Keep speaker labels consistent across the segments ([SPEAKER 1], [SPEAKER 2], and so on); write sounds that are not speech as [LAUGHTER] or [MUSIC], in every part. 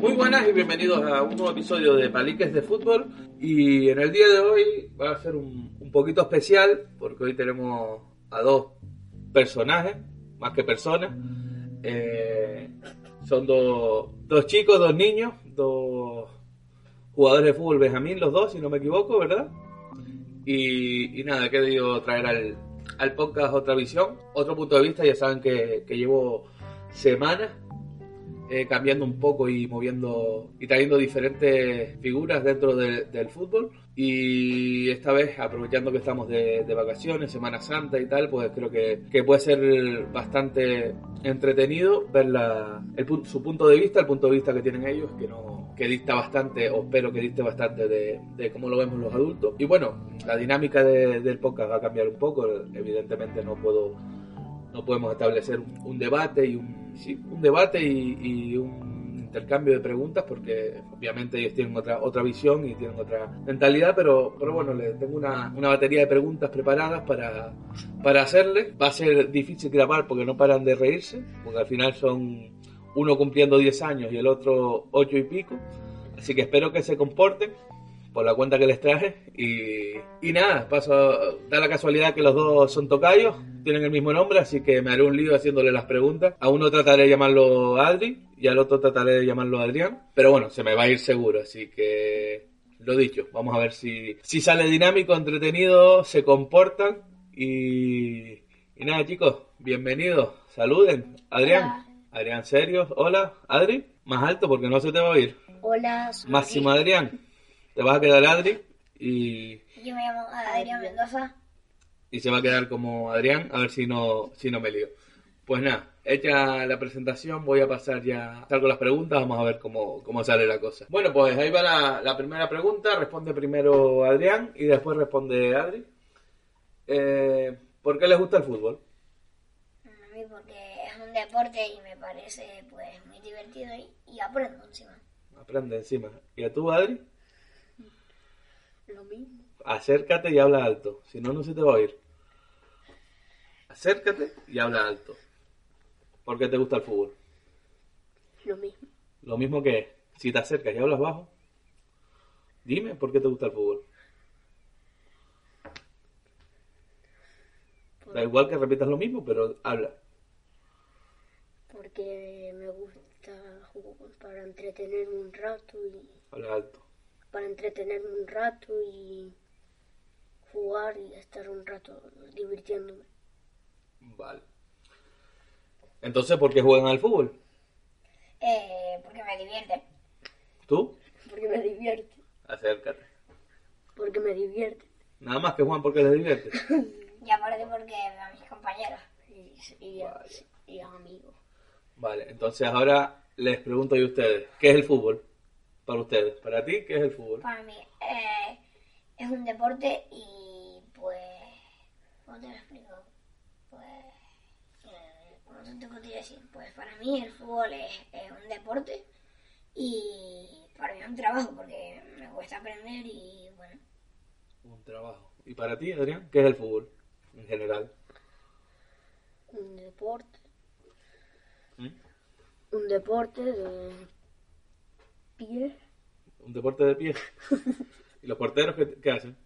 [SPEAKER 1] Muy buenas y bienvenidos a un nuevo episodio de Paliques de Fútbol. Y en el día de hoy va a ser un, un poquito especial porque hoy tenemos a dos personajes, más que personas. Eh, son dos, dos chicos, dos niños, dos jugadores de fútbol Benjamín, los dos, si no me equivoco, ¿verdad? Y, y nada, he querido traer al, al podcast otra visión, otro punto de vista. Ya saben que, que llevo semanas eh, cambiando un poco y moviendo y trayendo diferentes figuras dentro de- del fútbol. Y esta vez, aprovechando que estamos de, de vacaciones, Semana Santa y tal, pues creo que, que puede ser bastante entretenido ver la- el pun- su punto de vista, el punto de vista que tienen ellos, que no que dicta bastante, o espero que dicte bastante de, de cómo lo vemos los adultos. Y bueno, la dinámica de- del podcast va a cambiar un poco, evidentemente no puedo no podemos establecer un, un debate y un, sí, un debate y, y un intercambio de preguntas porque obviamente ellos tienen otra otra visión y tienen otra mentalidad pero pero bueno les tengo una, una batería de preguntas preparadas para para hacerles va a ser difícil grabar porque no paran de reírse porque al final son uno cumpliendo 10 años y el otro 8 y pico así que espero que se comporten por la cuenta que les traje. Y, y nada, paso. a- Da la casualidad que los dos son tocayos, tienen el mismo nombre, así que me haré un lío haciéndole las preguntas. A uno trataré de llamarlo Adri y al otro trataré de llamarlo Adrián. Pero bueno, se me va a ir seguro, así que lo dicho, vamos a ver si, si sale dinámico, entretenido, se comportan. Y, y nada, chicos, bienvenidos, saluden. Adrián, Adrián Serios, hola, Adri, más alto porque no se te va a oír.
[SPEAKER 2] Hola, soy
[SPEAKER 1] Máximo Adrián, te vas a quedar Adri y,
[SPEAKER 2] Yo me llamo Adrián Mendoza.
[SPEAKER 1] y se va a quedar como Adrián, a ver si no, si no me lío. Pues nada, hecha la presentación, voy a pasar ya a estar con las preguntas, vamos a ver cómo, cómo sale la cosa. Bueno, pues ahí va la, la primera pregunta, responde primero Adrián y después responde Adri. Eh, ¿Por qué les gusta el fútbol?
[SPEAKER 2] A mí porque es un deporte y me parece pues muy divertido y, y aprendo encima.
[SPEAKER 1] Aprende encima. ¿Y a tú, Adri?
[SPEAKER 2] Lo mismo.
[SPEAKER 1] Acércate y habla alto, si no, no se te va a oír. Acércate y habla alto. ¿Por qué te gusta el fútbol?
[SPEAKER 2] Lo mismo.
[SPEAKER 1] Lo mismo que si te acercas y hablas bajo, dime por qué te gusta el fútbol. Da igual que repitas lo mismo, pero habla.
[SPEAKER 2] Porque me gusta jugar para entretenerme un rato y
[SPEAKER 1] Habla alto.
[SPEAKER 2] para entretenerme un rato y jugar y estar un rato divirtiéndome.
[SPEAKER 1] Vale. Entonces, ¿por qué juegan al fútbol?
[SPEAKER 2] Eh, porque me divierte.
[SPEAKER 1] Tú,
[SPEAKER 2] Porque me divierte.
[SPEAKER 1] acércate.
[SPEAKER 2] Porque me divierte.
[SPEAKER 1] Nada más que juegan porque les divierte.
[SPEAKER 2] Y aparte porque a mis compañeros y, y, a- y a amigos.
[SPEAKER 1] Vale, entonces ahora les pregunto yo a ustedes, ¿qué es el fútbol? Para ustedes, para ti, ¿qué es el fútbol?
[SPEAKER 2] Para mí eh, es un deporte y pues... ¿Cómo te lo explico? Pues... eh, ¿Cómo te te podría decir? Pues para mí el fútbol es, es un deporte y para mí es un trabajo porque me cuesta aprender y bueno.
[SPEAKER 1] Un trabajo. ¿Y para ti, Adrián, qué es el fútbol en general?
[SPEAKER 2] Un deporte.
[SPEAKER 1] ¿Mm?
[SPEAKER 2] Un deporte de pie [LAUGHS]
[SPEAKER 1] un deporte de pie. ¿Y los porteros qué, qué hacen?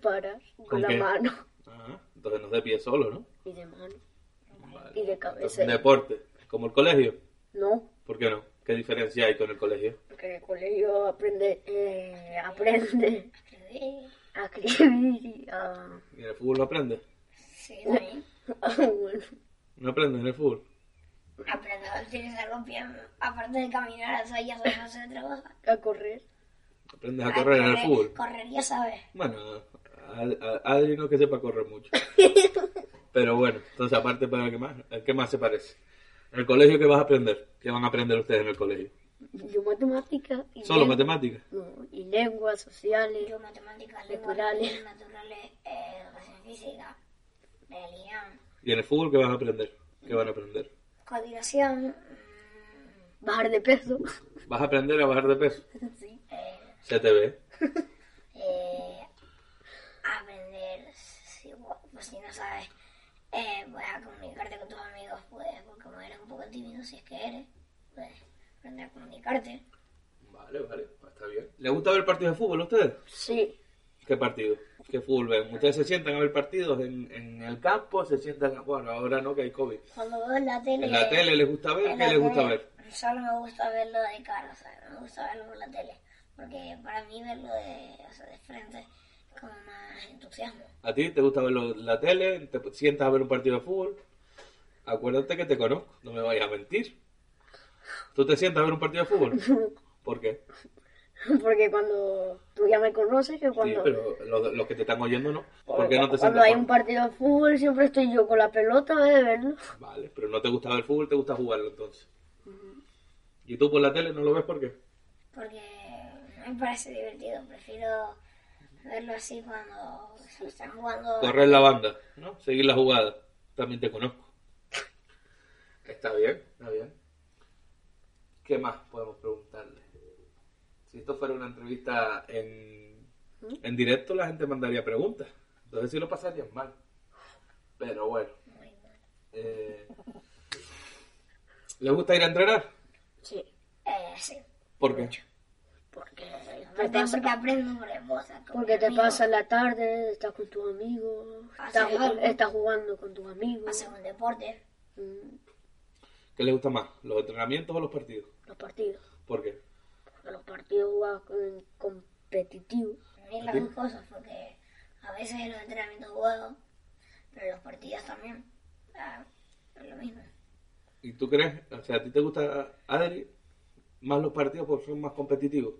[SPEAKER 2] para
[SPEAKER 1] ¿Con la qué? mano. Ah, entonces no es de pie solo, ¿no?
[SPEAKER 2] y de mano
[SPEAKER 1] Vale.
[SPEAKER 2] y de
[SPEAKER 1] Es un deporte, como el colegio.
[SPEAKER 2] No,
[SPEAKER 1] ¿Por qué no? ¿Qué diferencia hay con el colegio?
[SPEAKER 2] Porque en el colegio aprende, eh, aprende a escribir y a...
[SPEAKER 1] ¿Y en el fútbol no aprende?
[SPEAKER 3] Sí, también.
[SPEAKER 2] a- bueno,
[SPEAKER 1] No aprende en el fútbol.
[SPEAKER 3] Aprendo a utilizar los pies. Aparte de caminar, a ya sabes hacer trabajo.
[SPEAKER 2] a correr.
[SPEAKER 1] Aprendes a correr en el fútbol.
[SPEAKER 3] Correr, ya sabes.
[SPEAKER 1] Bueno, a- a- Adri no que sepa correr mucho. Pero bueno, entonces aparte para qué más, ¿qué más se parece? ¿En el colegio qué vas a aprender? ¿Qué van a aprender ustedes en el colegio?
[SPEAKER 4] Yo matemáticas y
[SPEAKER 1] Solo
[SPEAKER 4] lengua-
[SPEAKER 1] matemáticas.
[SPEAKER 4] no, y lenguas, sociales,
[SPEAKER 2] Yo matemáticas, lenguas,
[SPEAKER 4] Naturales.
[SPEAKER 2] ciencias naturales, eh, educación física, realidad,
[SPEAKER 1] ¿Y en el fútbol qué vas a aprender? ¿Qué van a aprender?
[SPEAKER 2] coordinación, mm,
[SPEAKER 4] bajar de peso. [LAUGHS]
[SPEAKER 1] ¿Vas a aprender a bajar de peso?
[SPEAKER 4] sí.
[SPEAKER 1] Se te ve.
[SPEAKER 2] eh, aprender, si, bu- pues, si no sabes, eh, pues a comunicarte con tus amigos, pues porque como eres un poco tímido, si es que eres, pues aprender a comunicarte.
[SPEAKER 1] Vale, vale, está bien. ¿Le gusta ver partidos de fútbol a ustedes?
[SPEAKER 4] Sí.
[SPEAKER 1] ¿Qué partido? ¿Qué fútbol ven? ¿Ustedes se sientan a ver partidos en, en el campo? ¿Se sientan a jugar? Ahora no, que hay COVID.
[SPEAKER 2] Cuando veo en la tele...
[SPEAKER 1] ¿En la tele les gusta ver?
[SPEAKER 2] en
[SPEAKER 1] ¿Qué
[SPEAKER 2] la
[SPEAKER 1] les gusta
[SPEAKER 2] tele,
[SPEAKER 1] ver?
[SPEAKER 2] Solo me gusta verlo de cara, o sea, no me gusta verlo por la tele. Porque para mí verlo de, o sea, de frente es como más entusiasmo.
[SPEAKER 1] ¿A ti te gusta ver lo- la tele? ¿Te sientas a ver un partido de fútbol? Acuérdate que te conozco, no me vayas a mentir. ¿Tú te sientas a ver un partido de
[SPEAKER 4] [LAUGHS]
[SPEAKER 1] fútbol? ¿Por qué?
[SPEAKER 4] Porque cuando tú ya me conoces, que
[SPEAKER 1] Sí,
[SPEAKER 4] cuando,
[SPEAKER 1] pero los, los que te están oyendo no. ¿Por qué no te
[SPEAKER 4] cuando
[SPEAKER 1] sientas?
[SPEAKER 4] hay un partido de fútbol siempre estoy yo con la pelota de verlo.
[SPEAKER 1] Vale, pero no te gusta ver fútbol, te gusta jugarlo entonces. ¿Y tú por la tele no lo ves por qué?
[SPEAKER 2] Porque me parece divertido. Prefiero verlo así cuando se lo están jugando.
[SPEAKER 1] correr la banda, ¿no? Seguir la jugada. También te conozco. Está bien, está bien. ¿Qué más podemos preguntarle? Si esto fuera una entrevista en, en directo, la gente mandaría preguntas. Entonces sí lo pasarían mal. Pero bueno. Eh, ¿Les gusta ir a entrenar?
[SPEAKER 4] Sí.
[SPEAKER 2] Eh, sí.
[SPEAKER 1] ¿Por qué?
[SPEAKER 2] Porque,
[SPEAKER 4] Te
[SPEAKER 2] aparte
[SPEAKER 4] pasa-
[SPEAKER 2] porque aprendo por cosas. con
[SPEAKER 4] Porque
[SPEAKER 2] mis
[SPEAKER 4] te
[SPEAKER 2] amigos.
[SPEAKER 4] pasas la tarde, estás con tus amigos,
[SPEAKER 2] Haces
[SPEAKER 4] estás,
[SPEAKER 2] algo.
[SPEAKER 4] estás jugando con tus amigos,
[SPEAKER 2] Haces un deporte.
[SPEAKER 4] mm,
[SPEAKER 1] ¿Qué les gusta más? ¿Los entrenamientos o los partidos?
[SPEAKER 4] los partidos.
[SPEAKER 1] ¿Por qué?
[SPEAKER 4] Porque los partidos eh, juegas con- competitivos.
[SPEAKER 2] A mí las dos cosas, porque a veces en los entrenamientos juego, pero en los partidos también. Ah, es lo mismo.
[SPEAKER 1] ¿Y tú crees? O sea, ¿a ti te gusta, Adri, más los partidos porque son más competitivos?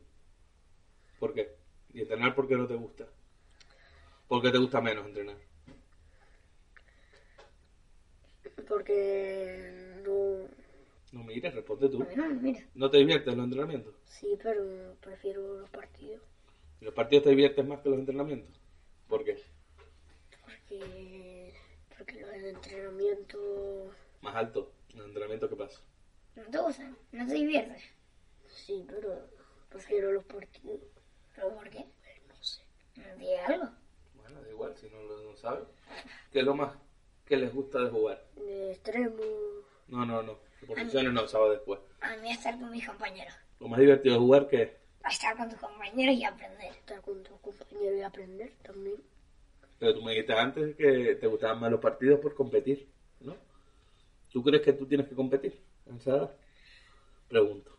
[SPEAKER 1] ¿Por qué? ¿Y entrenar porque no te gusta? ¿Por qué te gusta menos entrenar?
[SPEAKER 4] Porque no.
[SPEAKER 1] No mires, responde tú.
[SPEAKER 2] A mí no me mira.
[SPEAKER 1] ¿No te diviertes los entrenamientos?
[SPEAKER 4] Sí, pero prefiero los partidos.
[SPEAKER 1] ¿Y ¿Los partidos te diviertes más que los entrenamientos? ¿Por qué?
[SPEAKER 4] Porque, porque los entrenamientos.
[SPEAKER 1] Más alto, los entrenamientos que pasa.
[SPEAKER 2] No te gustan, no pues. te diviertes.
[SPEAKER 4] Sí, pero prefiero los partidos.
[SPEAKER 2] ¿Pero por qué?
[SPEAKER 4] No sé.
[SPEAKER 2] ¿No te llega algo?
[SPEAKER 1] Bueno, da igual, si no lo no sabes. ¿Qué es lo más que les gusta de jugar?
[SPEAKER 4] De extremo.
[SPEAKER 1] No, no, no. Por funciones no, sabes después.
[SPEAKER 2] A mí estar con mis compañeros.
[SPEAKER 1] Lo más divertido de jugar que
[SPEAKER 2] A estar con tus compañeros y aprender.
[SPEAKER 4] Estar con tus compañeros y aprender también.
[SPEAKER 1] Pero tú me dijiste antes que te gustaban más los partidos por competir, ¿no? ¿Tú crees que tú tienes que competir en esa edad? Pregunto.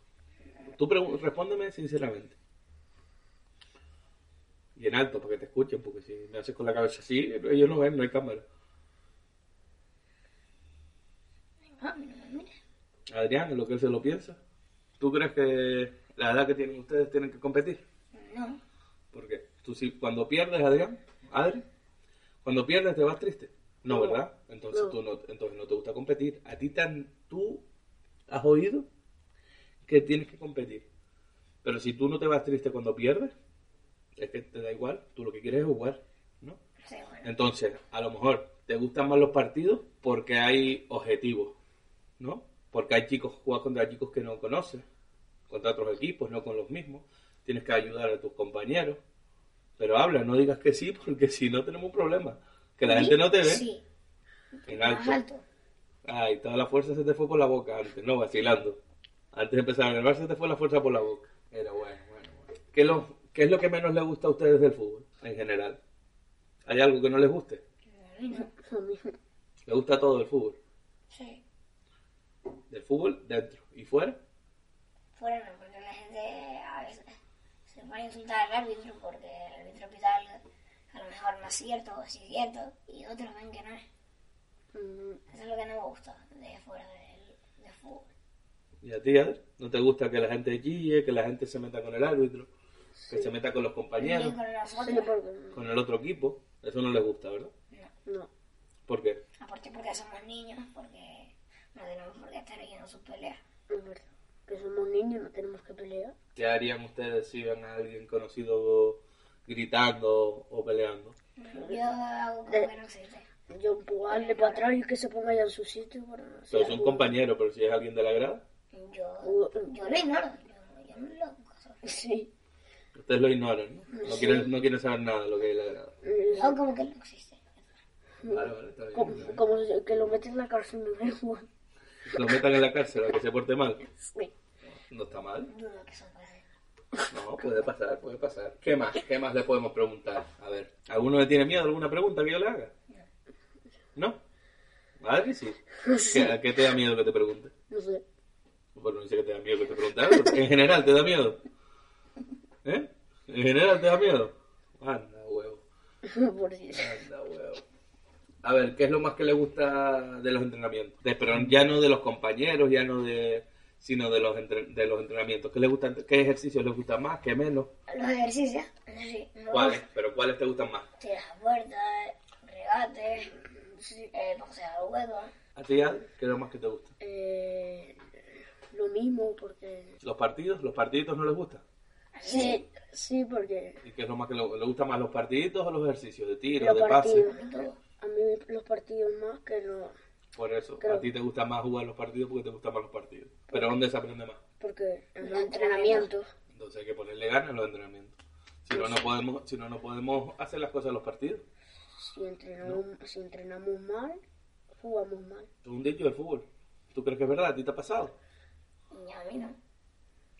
[SPEAKER 1] Tú pregu- respóndeme sinceramente. Y en alto, para que te escuchen, porque si me haces con la cabeza así, ellos no ven, no hay cámara.
[SPEAKER 2] No, a mí no me mira.
[SPEAKER 1] Adrián, en lo que él se lo piensa. ¿Tú crees que la edad que tienen ustedes tienen que competir?
[SPEAKER 2] No,
[SPEAKER 1] Porque tú si cuando pierdes, Adrián, Adri, cuando pierdes te vas triste. No, ¿verdad? Entonces
[SPEAKER 4] No.
[SPEAKER 1] tú no, entonces no te gusta competir. A ti tan, tú has oído que tienes que competir. Pero si tú no te vas triste cuando pierdes, es que te da igual, tú lo que quieres es jugar, ¿no?
[SPEAKER 2] no sé, bueno.
[SPEAKER 1] Entonces, a lo mejor te gustan más los partidos porque hay objetivos, ¿no? Porque hay chicos, juegas contra chicos que no conoces, contra otros equipos, no con los mismos. Tienes que ayudar a tus compañeros. Pero habla, no digas que sí, [LAUGHS] porque si no tenemos un problema. Que la gente no te ve.
[SPEAKER 2] Sí,
[SPEAKER 1] En
[SPEAKER 2] más
[SPEAKER 1] alto.
[SPEAKER 2] alto.
[SPEAKER 1] Ay, toda la fuerza se te fue por la boca antes, no, vacilando. Antes de empezar a grabar se te fue la fuerza por la boca. Era bueno, bueno, bueno. ¿Qué, lo- qué es lo que menos les gusta a ustedes del fútbol, en general? ¿Hay algo que no les guste?
[SPEAKER 4] A mí,
[SPEAKER 1] Le gusta todo el fútbol.
[SPEAKER 2] Sí,
[SPEAKER 1] Del fútbol, dentro y fuera.
[SPEAKER 2] fuera no, porque la gente a veces se pone a insultar al árbitro porque el árbitro pita algo a lo mejor no es cierto o sí es cierto y otros ven que no es.
[SPEAKER 4] mm,
[SPEAKER 2] Eso es lo que no me gusta de fuera del de fútbol.
[SPEAKER 1] Y a ti, Adri, no te gusta que la gente guíe, que la gente se meta con el árbitro, que se meta con los compañeros,
[SPEAKER 2] Y con
[SPEAKER 4] sí,
[SPEAKER 2] nosotros,
[SPEAKER 4] porque
[SPEAKER 1] con el otro equipo. Eso no les gusta, ¿verdad?
[SPEAKER 4] no.
[SPEAKER 1] ¿Por qué?
[SPEAKER 2] Ah, aparte porque somos niños, porque no tenemos por qué estar oyendo sus peleas.
[SPEAKER 4] Es verdad. que somos niños, no tenemos que pelear.
[SPEAKER 1] ¿Qué harían ustedes si ven a alguien conocido gritando o peleando?
[SPEAKER 2] Yo hago como que no existe.
[SPEAKER 4] Yo empujarle para atrás y que se ponga ya en su sitio. Para no
[SPEAKER 1] Entonces es un compañero, pero si es alguien de la grada,
[SPEAKER 2] Yo, yo lo ignoro. Yo, yo no lo
[SPEAKER 4] Sí.
[SPEAKER 1] ustedes lo ignoran, ¿no? No quieren, no quieren saber nada de lo que es la grada.
[SPEAKER 4] Eh,
[SPEAKER 2] Yo como que no existe.
[SPEAKER 1] Vale, vale, está bien.
[SPEAKER 4] como, como que lo meten en la cárcel de lengua.
[SPEAKER 1] Lo metan en la cárcel a que se porte mal.
[SPEAKER 4] Sí.
[SPEAKER 1] No está mal.
[SPEAKER 2] Dudo que eso pase.
[SPEAKER 1] No, puede pasar, puede pasar. ¿Qué más? ¿Qué más le podemos preguntar? A ver, ¿alguno le tiene miedo? a ¿Alguna pregunta que yo le haga? ¿No? Madre que sí. ¿Qué, ¿A qué te da miedo que te pregunte?
[SPEAKER 4] No sé. [LAUGHS]
[SPEAKER 1] Bueno, no sé que te da miedo que te pregunte algo. En general, ¿te da miedo? ¿Eh? ¿En general te da miedo? Anda, huevo.
[SPEAKER 4] Por si.
[SPEAKER 1] Anda, huevo. A ver, ¿qué es lo más que le gusta de los entrenamientos? De- pero ya no de los compañeros, ya no de sino de los entre- de los entrenamientos. ¿Qué le gustan? ¿Qué ejercicios les gustan más? ¿Qué menos?
[SPEAKER 2] Los ejercicios, eso sí, me
[SPEAKER 1] ¿Cuáles?
[SPEAKER 2] gusta.
[SPEAKER 1] ¿Pero cuáles te gustan más?
[SPEAKER 2] Tiras a puertas, regates, eh, pasear al hueco.
[SPEAKER 1] ¿A ti, Ad, qué es lo más que te gusta?
[SPEAKER 4] Eh, lo mismo, porque.
[SPEAKER 1] ¿Los partidos? ¿Los partiditos no les gusta?
[SPEAKER 4] Sí, sí, porque.
[SPEAKER 1] ¿Y qué es lo más que le, le gusta más, los partiditos o los ejercicios de tiro,
[SPEAKER 4] Los
[SPEAKER 1] de pase?
[SPEAKER 4] partidos. A mí los partidos más que no.
[SPEAKER 1] Por eso,
[SPEAKER 4] Creo-
[SPEAKER 1] a ti te gusta más jugar los partidos porque te gustan más los partidos. Pero ¿dónde se aprende más?
[SPEAKER 4] Porque en los entrenamientos.
[SPEAKER 1] Entonces hay que ponerle ganas a los entrenamientos. Si no, no podemos, si no, no podemos hacer las cosas en los partidos.
[SPEAKER 4] Si entrenamos, si entrenamos mal, jugamos mal.
[SPEAKER 1] Es un dicho del fútbol. ¿Tú crees que es verdad? ¿A ti te ha pasado?
[SPEAKER 2] Y a mí no.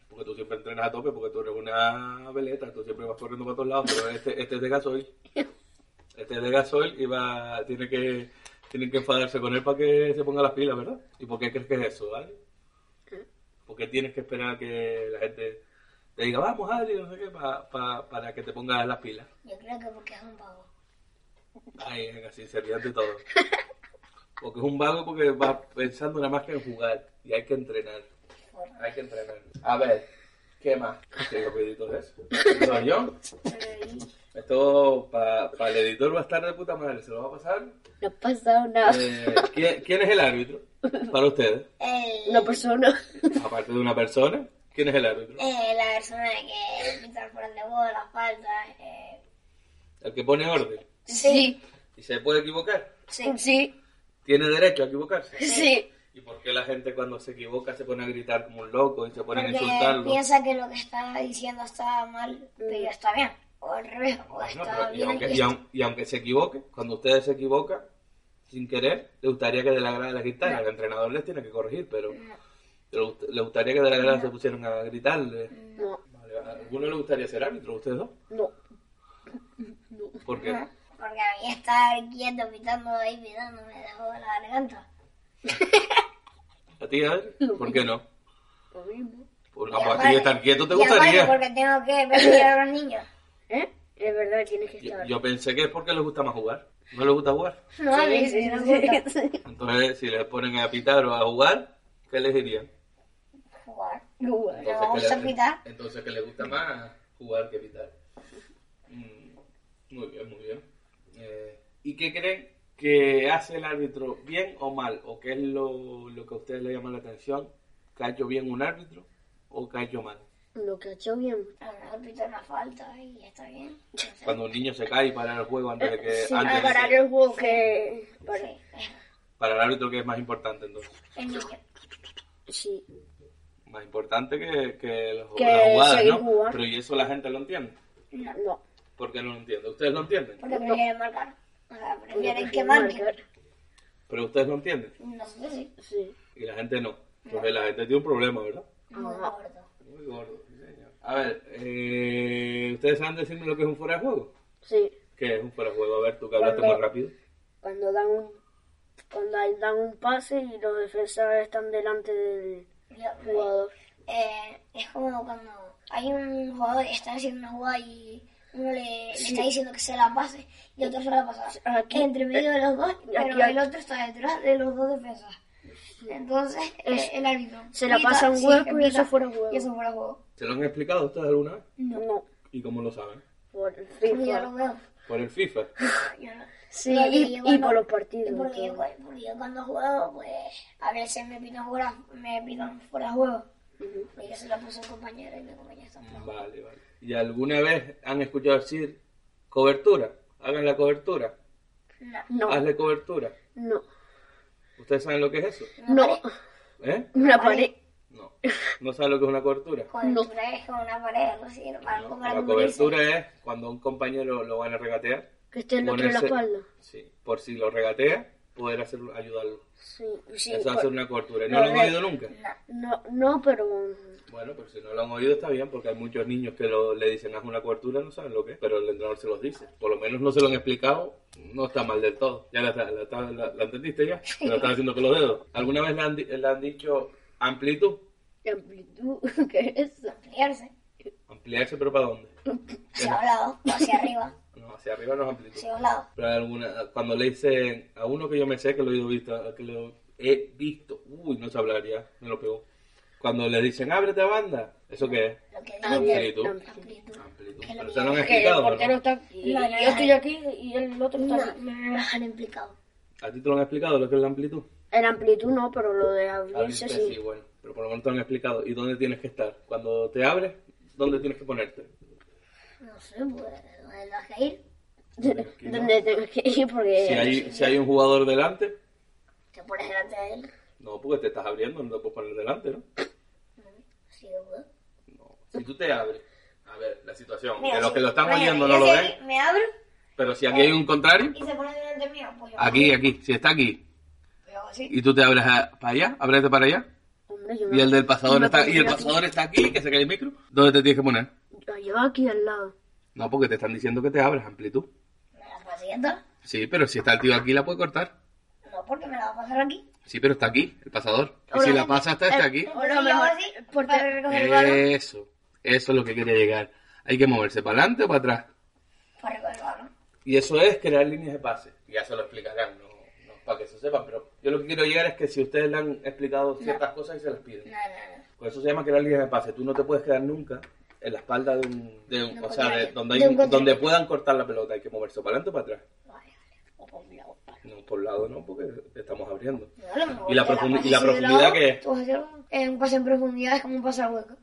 [SPEAKER 1] Porque tú siempre entrenas a tope, porque tú eres una veleta, tú siempre vas corriendo para todos lados, pero este, este es de gasoil. Este es de gasoil y va, tiene que, tienen que enfadarse con él para que se ponga las pilas, ¿verdad? ¿Y por qué crees que es eso, ¿vale? ¿Por qué tienes que esperar a que la gente te diga, vamos, Adri, no sé qué, pa- pa- para que te pongas las pilas?
[SPEAKER 2] Yo creo que porque es un vago.
[SPEAKER 1] Ay, venga, sinceridad de todo. Porque es un vago porque va pensando nada más que en jugar y hay que entrenar. Hay que entrenar. A ver, ¿qué más? ¿Qué rapidito es? ¿Soy yo? Esto para el editor va a estar de puta madre, se lo va a pasar.
[SPEAKER 4] No ha pasado nada.
[SPEAKER 1] Eh, ¿quién, quién es el árbitro? Para ustedes.
[SPEAKER 2] El,
[SPEAKER 4] Una persona.
[SPEAKER 1] Aparte de una persona, ¿quién es el árbitro?
[SPEAKER 2] eh, la persona que pita por el bola, la falta. Eh,
[SPEAKER 1] El que pone orden.
[SPEAKER 4] [LAUGHS] Sí.
[SPEAKER 1] ¿Y se puede equivocar?
[SPEAKER 4] Sí. Sí.
[SPEAKER 1] ¿Tiene derecho a equivocarse?
[SPEAKER 4] Sí.
[SPEAKER 1] ¿Y por qué la gente cuando se equivoca se pone a gritar como un loco y se pone a
[SPEAKER 2] porque
[SPEAKER 1] insultarlo?
[SPEAKER 2] piensa que lo que está diciendo está mal, pero está bien. O al revés, o
[SPEAKER 1] No,
[SPEAKER 2] está
[SPEAKER 1] pero y,
[SPEAKER 2] bien.
[SPEAKER 1] aunque,
[SPEAKER 2] y
[SPEAKER 1] y aun- y aunque se equivoque, cuando ustedes se equivocan, sin querer, le gustaría que de la grada les gritaran. El entrenador les tiene que corregir, pero pero ust- le gustaría que de la grada se pusieran a gritarle.
[SPEAKER 4] No.
[SPEAKER 1] Vale, ¿A alguno le gustaría ser árbitro? ¿Ustedes dos?
[SPEAKER 4] No.
[SPEAKER 1] ¿Por qué?
[SPEAKER 2] Porque a mí estar quieto pitando ahí, pitando, me dejó la garganta.
[SPEAKER 1] ¿A ti, Adri? ¿Por qué no?
[SPEAKER 4] Lo mismo.
[SPEAKER 1] Por,
[SPEAKER 2] Y
[SPEAKER 1] a ti
[SPEAKER 2] aparte-
[SPEAKER 1] estar quieto te
[SPEAKER 2] y aparte
[SPEAKER 1] gustaría.
[SPEAKER 2] porque tengo que perseguir a los [LAUGHS] niños.
[SPEAKER 4] ¿Eh? Es verdad, tienes que
[SPEAKER 1] Yo,
[SPEAKER 4] estar.
[SPEAKER 1] yo pensé que es porque les gusta más jugar. ¿No les gusta jugar?
[SPEAKER 2] No, a mí sí, no me gusta
[SPEAKER 4] [LAUGHS]
[SPEAKER 1] Entonces, si les ponen a pitar o a jugar, ¿qué les dirían?
[SPEAKER 2] jugar.
[SPEAKER 4] Lugar.
[SPEAKER 1] Entonces,
[SPEAKER 2] vamos
[SPEAKER 1] ¿qué
[SPEAKER 2] a
[SPEAKER 1] le-
[SPEAKER 2] pitar.
[SPEAKER 1] Entonces, ¿qué le gusta más jugar que pitar? Mm, muy bien, muy bien. Eh, ¿Y qué creen que hace el árbitro bien o mal? ¿O qué es lo, lo que a ustedes le llama la atención? ¿Que ha hecho bien un árbitro o que ha hecho mal?
[SPEAKER 4] Lo que ha hecho bien.
[SPEAKER 2] A lo mejor pito una falta y está bien. No sé.
[SPEAKER 1] Cuando un niño se cae y parar el juego antes de que...
[SPEAKER 4] Eh, Sí,
[SPEAKER 1] antes de
[SPEAKER 4] a parar
[SPEAKER 1] que-
[SPEAKER 4] el juego que. para-
[SPEAKER 2] Sí,
[SPEAKER 1] para el árbitro que es más importante entonces.
[SPEAKER 2] el niño.
[SPEAKER 4] Sí.
[SPEAKER 1] Más importante que, que los-
[SPEAKER 4] Que
[SPEAKER 1] las jugadas,
[SPEAKER 4] seguir
[SPEAKER 1] ¿no?
[SPEAKER 4] jugando.
[SPEAKER 1] Pero y eso la gente lo entiende.
[SPEAKER 4] No.
[SPEAKER 1] ¿Por qué no lo entiende? ¿Ustedes lo entienden?
[SPEAKER 2] Porque prefieren marcar. O sea, prefieren
[SPEAKER 4] Prefiero
[SPEAKER 2] que marquen.
[SPEAKER 4] marcar.
[SPEAKER 1] Pero ustedes lo entienden.
[SPEAKER 2] Nosotros sí.
[SPEAKER 4] Sí.
[SPEAKER 1] Y la gente no. Entonces la gente tiene un problema, ¿verdad?
[SPEAKER 2] Muy
[SPEAKER 4] Ajá.
[SPEAKER 2] gordo.
[SPEAKER 1] Muy gordo, sí, señor. A ver, eh, ¿ustedes saben decirme lo que es un fuera de juego?
[SPEAKER 4] Sí.
[SPEAKER 1] ¿Qué es un fuera de juego? A ver, tú que hablaste
[SPEAKER 4] Cuando-
[SPEAKER 1] muy rápido.
[SPEAKER 4] Cuando dan un. Cuando ahí dan un pase y los defensas están delante del
[SPEAKER 2] Yo-
[SPEAKER 4] jugador.
[SPEAKER 2] eh, es como cuando hay un jugador que está haciendo una jugada y uno le, le está diciendo que se la pase y otro se la pasa.
[SPEAKER 4] Aquí-
[SPEAKER 2] Entre medio de los dos, pero
[SPEAKER 4] aquí-
[SPEAKER 2] el otro está detrás de los dos defensas. Entonces, eh, el árbitro.
[SPEAKER 4] se la
[SPEAKER 2] pita,
[SPEAKER 4] pasa un
[SPEAKER 2] sí,
[SPEAKER 4] hueco y
[SPEAKER 2] pita,
[SPEAKER 4] eso fuera juego.
[SPEAKER 2] Y eso fuera juego.
[SPEAKER 1] ¿Se lo han explicado ustedes alguna vez?
[SPEAKER 4] No.
[SPEAKER 1] ¿Y cómo lo saben?
[SPEAKER 4] Por el
[SPEAKER 2] Porque yo lo
[SPEAKER 4] FIFA.
[SPEAKER 2] veo.
[SPEAKER 1] Por el FIFA.
[SPEAKER 2] Yo no-
[SPEAKER 4] Sí,
[SPEAKER 2] Porque
[SPEAKER 4] y,
[SPEAKER 2] yo
[SPEAKER 4] y
[SPEAKER 2] cuando-
[SPEAKER 4] por los
[SPEAKER 2] y
[SPEAKER 4] partidos.
[SPEAKER 2] Porque yo,
[SPEAKER 4] todo.
[SPEAKER 2] cu- porque yo cuando juego, pues a veces me pitan fuera, me pitan fuera de juego. Pues yo se la puse a un compañero y mi compañero está mal.
[SPEAKER 1] Vale, vale. ¿Y alguna vez han escuchado decir cobertura? Hagan la cobertura.
[SPEAKER 2] No.
[SPEAKER 4] No,
[SPEAKER 1] Hazle cobertura.
[SPEAKER 4] no,
[SPEAKER 1] ¿Ustedes saben lo que es eso?
[SPEAKER 4] no.
[SPEAKER 1] ¿Eh?
[SPEAKER 4] Una pared.
[SPEAKER 1] No. ¿No saben lo que es una cobertura?
[SPEAKER 2] Cobertura es como una pared, algo así, ¿no? para algo para
[SPEAKER 1] Mm. La
[SPEAKER 2] cubrirse.
[SPEAKER 1] cobertura es cuando a un compañero lo van a regatear.
[SPEAKER 4] Que esté en otro en la
[SPEAKER 1] ponerse-
[SPEAKER 4] espalda.
[SPEAKER 1] Sí. Por si lo regatea, poder hacer, ayudarlo.
[SPEAKER 4] Sí, sí. pues,
[SPEAKER 1] Eso es
[SPEAKER 4] por-
[SPEAKER 1] hacer una cobertura. ¿No lo han
[SPEAKER 4] Correcto.
[SPEAKER 1] oído nunca?
[SPEAKER 4] No, no, pero.
[SPEAKER 1] Bueno, pero si no lo han oído está bien, porque hay muchos niños que lo- le dicen haz una cobertura, no saben lo que es, pero el entrenador se los dice. Por lo menos no se lo han explicado, no está mal del todo. ¿Ya la, está- la está- la- la entendiste ya? Te lo estás haciendo con los dedos. ¿Alguna vez le han, di- le han dicho amplitud?
[SPEAKER 4] ¿Y amplitud? [LAUGHS] ¿Qué es eso?
[SPEAKER 2] Ampliarse.
[SPEAKER 1] Ampliarse, pero ¿para dónde?
[SPEAKER 2] Hacia un lado o hacia arriba.
[SPEAKER 1] No, hacia arriba no es amplitud.
[SPEAKER 2] Hacia un lado.
[SPEAKER 1] Pero hay alguna, cuando le dicen a uno que yo me sé, que lo he visto, que lo he visto, uy, no se hablaría, me lo pegó. Cuando le dicen ábrete banda, ¿eso qué es?
[SPEAKER 2] Lo que
[SPEAKER 1] Amplitud.
[SPEAKER 2] dijiste.
[SPEAKER 1] Amplitud.
[SPEAKER 2] Ah, Que lo
[SPEAKER 1] Pero
[SPEAKER 2] que-
[SPEAKER 1] se lo han
[SPEAKER 4] Que el
[SPEAKER 1] explicado. ¿no?
[SPEAKER 4] portero está. y-
[SPEAKER 2] No, no,
[SPEAKER 4] y
[SPEAKER 2] no.
[SPEAKER 4] yo estoy aquí y el otro
[SPEAKER 2] No,
[SPEAKER 4] está
[SPEAKER 2] no
[SPEAKER 4] aquí.
[SPEAKER 2] me lo han implicado.
[SPEAKER 1] ¿A ti te lo han explicado lo que es la amplitud?
[SPEAKER 4] El amplitud no, pero lo de
[SPEAKER 1] A mí
[SPEAKER 4] abrirse
[SPEAKER 1] pues, sí,
[SPEAKER 4] [LAUGHS] sí.
[SPEAKER 1] bueno, pero por lo menos te lo han explicado. ¿Y dónde tienes que estar? Cuando te abres, ¿dónde tienes que ponerte?
[SPEAKER 2] No sé, pues, ¿dónde vas a ir?
[SPEAKER 4] Donde tengas que ir porque.
[SPEAKER 2] Eh,
[SPEAKER 1] Si hay, si hay un jugador delante,
[SPEAKER 2] Te pones delante de él.
[SPEAKER 1] no, porque te estás abriendo, no te puedes poner delante, ¿no?
[SPEAKER 2] Así pues. de bueno.
[SPEAKER 1] No. Si tú te abres, a ver, la situación,
[SPEAKER 2] Mira,
[SPEAKER 1] de los
[SPEAKER 2] sí,
[SPEAKER 1] que lo están
[SPEAKER 2] bueno,
[SPEAKER 1] oyendo
[SPEAKER 2] yo
[SPEAKER 1] no lo
[SPEAKER 2] sé
[SPEAKER 1] ven,
[SPEAKER 2] que Me abro
[SPEAKER 1] pero si aquí hay un contrario,
[SPEAKER 2] y se pone delante mío. Pues yo
[SPEAKER 1] aquí, eh. aquí, si está aquí,
[SPEAKER 2] Yo hago así.
[SPEAKER 1] y tú te abres a- para allá, ábrete para allá,
[SPEAKER 4] Hombre, yo
[SPEAKER 1] y el del pasador
[SPEAKER 4] yo
[SPEAKER 1] está, y el
[SPEAKER 4] yo-
[SPEAKER 1] pasador está aquí, que se cae el micro, ¿dónde te tienes que poner?
[SPEAKER 4] Yo llevo aquí al lado.
[SPEAKER 1] No, porque te están diciendo que te abres, amplitud.
[SPEAKER 2] ¿Me la paseando?
[SPEAKER 1] Sí, pero si está el tío aquí, la puede cortar.
[SPEAKER 2] No, porque me la va a pasar aquí.
[SPEAKER 1] Sí, pero está aquí, el pasador. Y si la pasa, está, está aquí.
[SPEAKER 4] O lo
[SPEAKER 2] Yo
[SPEAKER 4] mejor.
[SPEAKER 2] hago así
[SPEAKER 4] porque-
[SPEAKER 2] para recoger el balón.
[SPEAKER 1] Eso, eso es lo que quería llegar. Hay que moverse para adelante o para atrás.
[SPEAKER 2] Para recoger el balón.
[SPEAKER 1] Y eso es crear líneas de pase. Ya se lo explicarán, no, no para que se sepan, pero yo lo que quiero llegar es que si ustedes le han explicado ciertas cosas y se las piden.
[SPEAKER 2] No, no, no.
[SPEAKER 1] Por eso se llama crear líneas de pase. Tú no te puedes quedar nunca en la espalda de un... de un-
[SPEAKER 2] De un
[SPEAKER 1] o sea, de-
[SPEAKER 2] contrario.
[SPEAKER 1] donde, hay-
[SPEAKER 2] De un contrario.
[SPEAKER 1] donde puedan cortar la pelota. Hay que moverse para adelante o para atrás.
[SPEAKER 2] Vale, vale. O por un lado. para-
[SPEAKER 1] No, por lado no, porque estamos abriendo.
[SPEAKER 2] No, lo mejor
[SPEAKER 1] ¿Y la
[SPEAKER 2] te
[SPEAKER 1] profundi-
[SPEAKER 2] pasas
[SPEAKER 1] y la
[SPEAKER 2] así de
[SPEAKER 1] profundidad
[SPEAKER 2] lado,
[SPEAKER 1] qué es?
[SPEAKER 2] Tú vas a hacer un- eh, un pase en profundidad, es como un pase al hueco.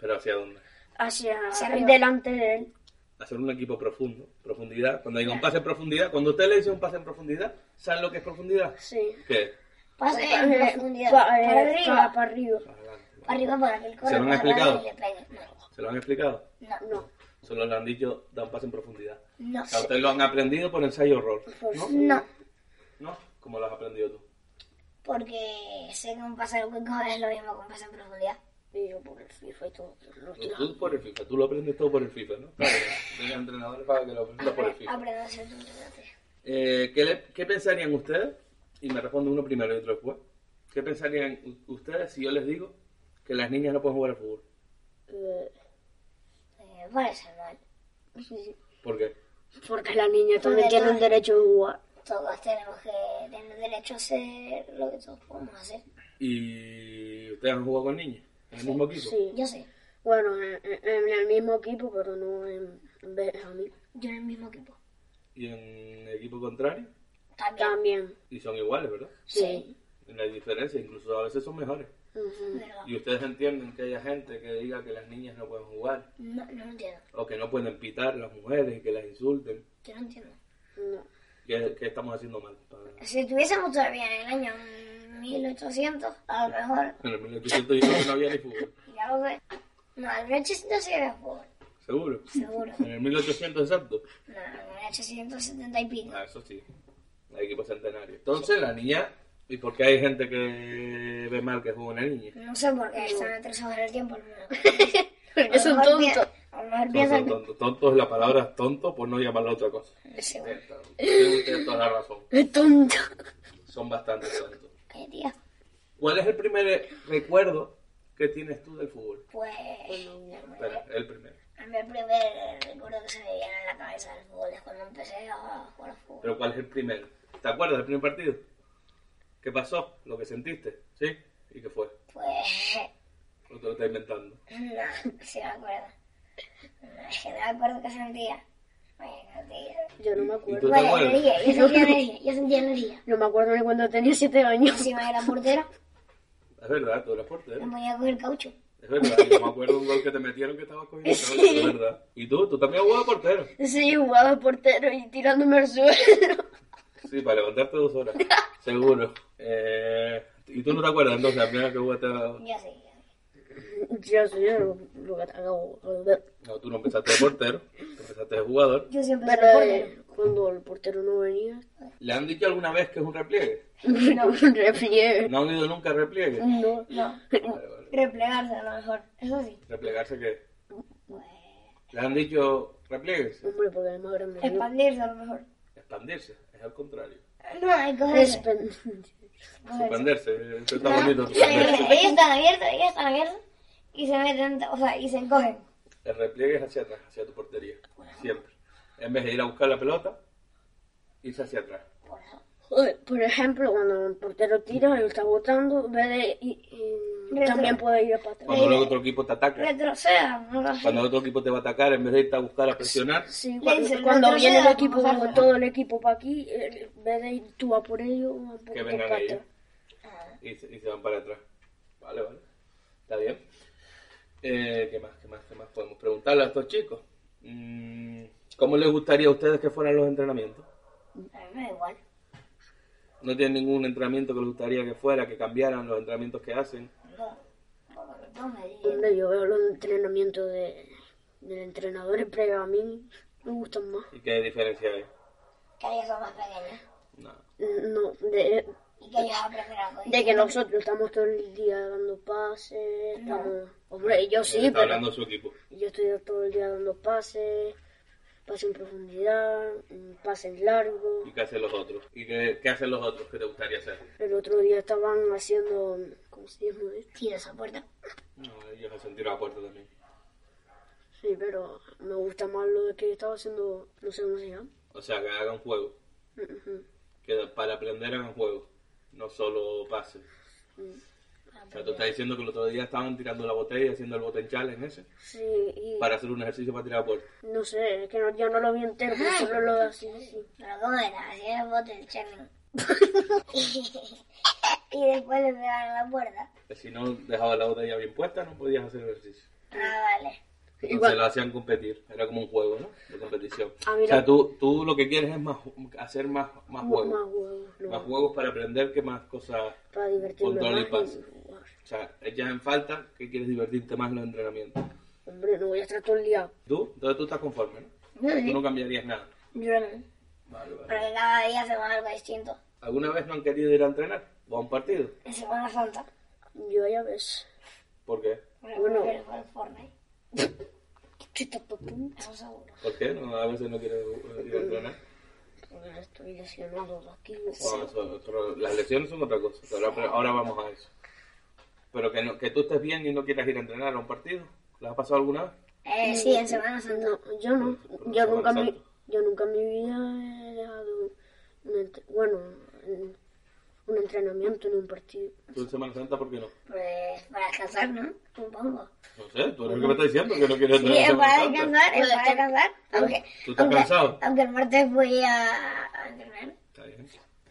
[SPEAKER 1] Pero ¿hacia dónde?
[SPEAKER 4] Hacia.
[SPEAKER 2] Hacia arriba.
[SPEAKER 4] Delante de él.
[SPEAKER 1] hacer un equipo profundo, profundidad. Cuando diga un pase en profundidad, cuando usted le dice un pase en profundidad, ¿saben lo que es profundidad?
[SPEAKER 4] Sí.
[SPEAKER 1] ¿Qué?
[SPEAKER 2] Pase en
[SPEAKER 4] Eh,
[SPEAKER 2] profundidad.
[SPEAKER 4] pa-
[SPEAKER 2] Para,
[SPEAKER 4] eh, pa-
[SPEAKER 2] arriba.
[SPEAKER 4] Para arriba.
[SPEAKER 2] Para arriba para que el corre.
[SPEAKER 1] ¿Se lo han
[SPEAKER 2] para el balón
[SPEAKER 1] explicado?
[SPEAKER 2] y le pegue.
[SPEAKER 1] ¿Se lo han explicado?
[SPEAKER 2] No, no.
[SPEAKER 4] No.
[SPEAKER 1] Solo le han dicho, da un pase en profundidad.
[SPEAKER 2] No,
[SPEAKER 1] O sea, ustedes lo han aprendido por ensayo y error, ¿no?
[SPEAKER 4] pues
[SPEAKER 2] no,
[SPEAKER 1] ¿No? ¿Cómo lo has aprendido tú?
[SPEAKER 2] porque sé que un pase al hueco es lo mismo que un pase en profundidad.
[SPEAKER 4] Y yo por el FIFA y todo. lo
[SPEAKER 1] Tú,
[SPEAKER 4] tira.
[SPEAKER 1] tú por el FIFA, tú lo aprendes todo por el FIFA, ¿no? Claro, de los entrenadores para que lo aprendas por el FIFA.
[SPEAKER 2] Aprendo a hacer un regate.
[SPEAKER 1] Eh, ¿qué, le- ¿Qué pensarían ustedes? Y me responde uno primero y otro después. ¿Qué pensarían u- ustedes si yo les digo que las niñas no pueden jugar al fútbol?
[SPEAKER 4] Eh,
[SPEAKER 2] Eh, Me parece mal.
[SPEAKER 4] sí,
[SPEAKER 1] ¿Por qué?
[SPEAKER 4] Porque la niña
[SPEAKER 2] Porque
[SPEAKER 4] también tiene un
[SPEAKER 2] todas-
[SPEAKER 4] derecho de jugar.
[SPEAKER 2] Todos tenemos que tener derecho a hacer lo que todos podemos hacer.
[SPEAKER 1] ¿Y ustedes han jugado con niñas? ¿En el mismo equipo?
[SPEAKER 4] Sí.
[SPEAKER 2] Yo sé,
[SPEAKER 4] Bueno, en, en- en el mismo equipo, pero no en, en Benjamín.
[SPEAKER 2] yo en el mismo equipo.
[SPEAKER 1] ¿Y en equipo contrario?
[SPEAKER 2] También.
[SPEAKER 4] También.
[SPEAKER 1] Y son iguales, ¿verdad?
[SPEAKER 4] Sí.
[SPEAKER 1] No hay diferencia, incluso a veces son mejores.
[SPEAKER 4] Ujú.
[SPEAKER 2] ¿verdad?
[SPEAKER 1] Y ustedes entienden que haya gente que diga que las niñas no pueden jugar,
[SPEAKER 2] No, no lo entiendo.
[SPEAKER 1] o que no pueden pitar las mujeres y que las insulten.
[SPEAKER 2] Yo no entiendo.
[SPEAKER 4] No.
[SPEAKER 1] ¿Qué, qué estamos haciendo mal? Para-
[SPEAKER 2] Si tuviésemos todavía en el año 1800, a lo mejor,
[SPEAKER 1] En el 1800 yo creo que no había ni fútbol,
[SPEAKER 2] ya lo sé. No, en el 1800 sí era fútbol,
[SPEAKER 1] seguro.
[SPEAKER 2] seguro.
[SPEAKER 1] En el 1800 exacto.
[SPEAKER 2] No, en el 1870 y pico.
[SPEAKER 1] Ah, eso sí. Hay equipo centenario. Entonces la niña... ¿Y por qué hay gente que ve mal que juega una niña?
[SPEAKER 2] No sé por qué están atrasados en el tiempo.
[SPEAKER 4] [LAUGHS]
[SPEAKER 2] hermano.
[SPEAKER 4] Uh. Es un tonto.
[SPEAKER 2] A lo mejor
[SPEAKER 1] Tonto,
[SPEAKER 2] piensan
[SPEAKER 1] tonto, tonto es la palabra tonto por no llamarla otra cosa.
[SPEAKER 2] que... Sí, bueno,
[SPEAKER 1] Tienen ustedes toda la razón.
[SPEAKER 4] Es tonto.
[SPEAKER 1] Son bastante tontos.
[SPEAKER 2] qué día.
[SPEAKER 1] ¿Cuál es el primer recuerdo que tienes tú del fútbol?
[SPEAKER 2] Pues,
[SPEAKER 1] Espera, el primero.
[SPEAKER 2] a mí el primer recuerdo que se me viene en la cabeza del fútbol es cuando empecé a jugar al fútbol.
[SPEAKER 1] Pero ¿cuál es el primero? ¿Te acuerdas del primer partido? ¿Qué pasó? ¿Lo que sentiste? ¿Sí? ¿Y qué fue?
[SPEAKER 2] Pues, [LAUGHS]
[SPEAKER 1] ¿O te lo estás inventando?
[SPEAKER 2] no, sí me acuerdo. No, es que no me acuerdo qué sentía. Bueno, tío.
[SPEAKER 4] Yo no me
[SPEAKER 1] ¿Y
[SPEAKER 4] acuerdo.
[SPEAKER 1] tú te
[SPEAKER 2] Bueno,
[SPEAKER 1] acuerdas?
[SPEAKER 2] energía, yo sentía energía, yo sentía energía.
[SPEAKER 4] No me acuerdo ni cuando tenía siete años. [LAUGHS]
[SPEAKER 2] Encima era portera,
[SPEAKER 1] Es verdad, tú eras fuerte, ¿eh?
[SPEAKER 2] me ponía a coger caucho.
[SPEAKER 1] Es verdad, yo me acuerdo un gol que te metieron que estabas cogiendo cabeza, es verdad. Y tú, tú también jugabas portero.
[SPEAKER 4] Sí, jugaba de portero y tirándome al [LAUGHS] suelo.
[SPEAKER 1] Sí, para levantarte dos horas, seguro. Eh, y tú no te acuerdas entonces, la primera que jugaste a-
[SPEAKER 2] Ya sé, ya sé.
[SPEAKER 4] Yo soy yo lo que acabo de ver.
[SPEAKER 1] No, tú no empezaste de portero, tú empezaste de jugador.
[SPEAKER 2] Yo siempre soy
[SPEAKER 4] Pero
[SPEAKER 2] portero.
[SPEAKER 4] eh, cuando el portero no [LAUGHS] venía,
[SPEAKER 1] ¿Le han dicho alguna vez que es un repliegue?
[SPEAKER 4] [LAUGHS] un repliegue.
[SPEAKER 1] ¿No han oído nunca repliegue?
[SPEAKER 4] No,
[SPEAKER 2] No,
[SPEAKER 1] Vale, vale.
[SPEAKER 2] replegarse a lo mejor. Eso sí.
[SPEAKER 1] ¿Replegarse qué? ¿Le han dicho repliegues?
[SPEAKER 4] hombre, porque es más grande. que yo.
[SPEAKER 2] Expandirse a lo mejor.
[SPEAKER 1] Expandirse, es al contrario.
[SPEAKER 2] No, hay
[SPEAKER 4] Es
[SPEAKER 2] cosas.
[SPEAKER 4] pen-
[SPEAKER 1] Expandirse, eso está bonito.
[SPEAKER 2] [LAUGHS] Ellos están abiertos, ellos están abiertos y se meten, o sea, y se encogen.
[SPEAKER 1] El repliegue es hacia atrás, hacia tu portería, siempre. En vez de ir a buscar la pelota, irse hacia atrás.
[SPEAKER 4] Joder, por ejemplo, cuando el portero tira y lo está botando, en vez de- y- y
[SPEAKER 2] Retro-
[SPEAKER 4] también puede ir para atrás.
[SPEAKER 1] Cuando el otro equipo te ataca,
[SPEAKER 2] Retrocedan, no lo sé.
[SPEAKER 1] cuando el otro equipo te va a atacar, en vez de irte a buscar a presionar,
[SPEAKER 4] Sí,
[SPEAKER 2] Le
[SPEAKER 4] cuando,
[SPEAKER 2] dicen,
[SPEAKER 4] cuando
[SPEAKER 2] "Retro-
[SPEAKER 4] viene el
[SPEAKER 2] sea,
[SPEAKER 4] equipo,
[SPEAKER 2] vamos a hacer".
[SPEAKER 4] todo el equipo para aquí, eh, en vez de ir tú a por ellos, van por
[SPEAKER 1] que
[SPEAKER 4] por
[SPEAKER 1] vengan
[SPEAKER 4] para
[SPEAKER 1] ellos
[SPEAKER 4] atrás.
[SPEAKER 1] y se, y se van para atrás. Vale, vale. Está bien. Eh, ¿Qué más, qué más, qué más podemos preguntarle a estos chicos? Mm, ¿Cómo les gustaría a ustedes que fueran los entrenamientos?
[SPEAKER 2] A mí me da igual.
[SPEAKER 1] ¿No tienen ningún entrenamiento que les gustaría que fuera, que cambiaran los entrenamientos que hacen?
[SPEAKER 2] No, porque los dos me dicen.
[SPEAKER 4] Hombre, yo veo los entrenamientos de, del entrenador en previo a mí, me gustan más.
[SPEAKER 1] ¿Y qué diferencia hay?
[SPEAKER 2] Que ellos son más pequeños
[SPEAKER 1] Nada.
[SPEAKER 4] No, de,
[SPEAKER 2] y que ellos aprenden algo.
[SPEAKER 4] de que nosotros estamos todo el día dando pases, estamos... Hombre, yo sí,
[SPEAKER 1] Está
[SPEAKER 4] pero...
[SPEAKER 1] hablando su equipo.
[SPEAKER 4] Yo estoy todo el día dando pases, pases en profundidad, mm, pases largos.
[SPEAKER 1] ¿Y qué hacen los otros? ¿Y qué, qué hacen los otros que te gustaría hacer?
[SPEAKER 4] El otro día estaban haciendo, ¿cómo se llama esto?
[SPEAKER 2] Tira esa puerta.
[SPEAKER 1] No, ellos hacen tiro a puerta también.
[SPEAKER 4] Sí, pero me gusta más lo de que estaba haciendo, no sé cómo se llama.
[SPEAKER 1] O sea, que hagan juego.
[SPEAKER 4] Ujú.
[SPEAKER 1] Que para aprender hagan juego. No solo pases. O sea, tú estás diciendo que el otro día estaban tirando la botella y haciendo el boten challenge ese.
[SPEAKER 4] Sí, y
[SPEAKER 1] Para hacer un ejercicio para tirar a puerta.
[SPEAKER 4] no sé, es que no, yo no lo vi entero, pero solo lo así, así.
[SPEAKER 2] Pero cómo era, así era el bote del [LAUGHS] challenge. y después le pegaron la puerta.
[SPEAKER 1] Si no dejabas la botella bien puesta, no podías hacer ejercicio.
[SPEAKER 2] Ah, vale.
[SPEAKER 1] Entonces
[SPEAKER 4] Igual.
[SPEAKER 1] lo hacían competir. Era como un juego, ¿no? De competición.
[SPEAKER 4] Ah,
[SPEAKER 1] o
[SPEAKER 4] mira.
[SPEAKER 1] sea, tú, tú lo que quieres es más, hacer más, más
[SPEAKER 4] Más
[SPEAKER 1] juegos.
[SPEAKER 4] huevos, no,
[SPEAKER 1] Más juegos para aprender que más cosas
[SPEAKER 4] para divertirme
[SPEAKER 1] Control y
[SPEAKER 4] más.
[SPEAKER 1] pase.
[SPEAKER 4] y jugar.
[SPEAKER 1] O sea, echas en falta que quieres divertirte más en los entrenamientos.
[SPEAKER 4] Hombre, no voy a estar todo el día.
[SPEAKER 1] ¿Tú? Entonces tú estás conforme, ¿no? Tú no cambiarías nada.
[SPEAKER 2] Yo no.
[SPEAKER 1] Vale, vale.
[SPEAKER 2] Porque cada día hacemos algo distinto.
[SPEAKER 1] ¿Alguna vez no han querido ir a entrenar o a un partido?
[SPEAKER 2] En Semana Santa.
[SPEAKER 4] Yo ya ves.
[SPEAKER 1] ¿Por qué?
[SPEAKER 2] Bueno, pero fue el Fortnite.
[SPEAKER 4] Chita papum,
[SPEAKER 2] Eso seguro.
[SPEAKER 1] ¿Por qué? No, a veces no quieres ir a entrenar.
[SPEAKER 4] porque estoy lesionado de aquí.
[SPEAKER 1] Bueno, eso- eso- las lesiones son otra cosa. Ahora, pero ahora vamos a eso. Pero que, no- que tú estés bien y no quieras ir a entrenar a un partido. ¿Las ha pasado alguna vez?
[SPEAKER 2] Eh, sí, en Semana Santa.
[SPEAKER 4] No, yo no.
[SPEAKER 1] Por
[SPEAKER 4] Yo
[SPEAKER 1] Semana
[SPEAKER 4] nunca, en mi-
[SPEAKER 1] Santa.
[SPEAKER 4] yo nunca en mi vida he dejado, un entre- bueno, un- un entrenamiento ni un partido.
[SPEAKER 1] ¿Tú en Semana Santa por qué no?
[SPEAKER 2] Pues para descansar, ¿no? Supongo.
[SPEAKER 1] No sé, tú eres el que me estás diciendo que no quieres
[SPEAKER 2] Sí,
[SPEAKER 1] entrenar. en
[SPEAKER 2] es
[SPEAKER 1] Semana
[SPEAKER 2] para
[SPEAKER 1] Santa.
[SPEAKER 2] descansar, es para descansar. Aunque,
[SPEAKER 1] ¿Tú estás
[SPEAKER 2] aunque,
[SPEAKER 1] cansado?
[SPEAKER 2] aunque el martes voy a, a entrenar.
[SPEAKER 1] Está bien.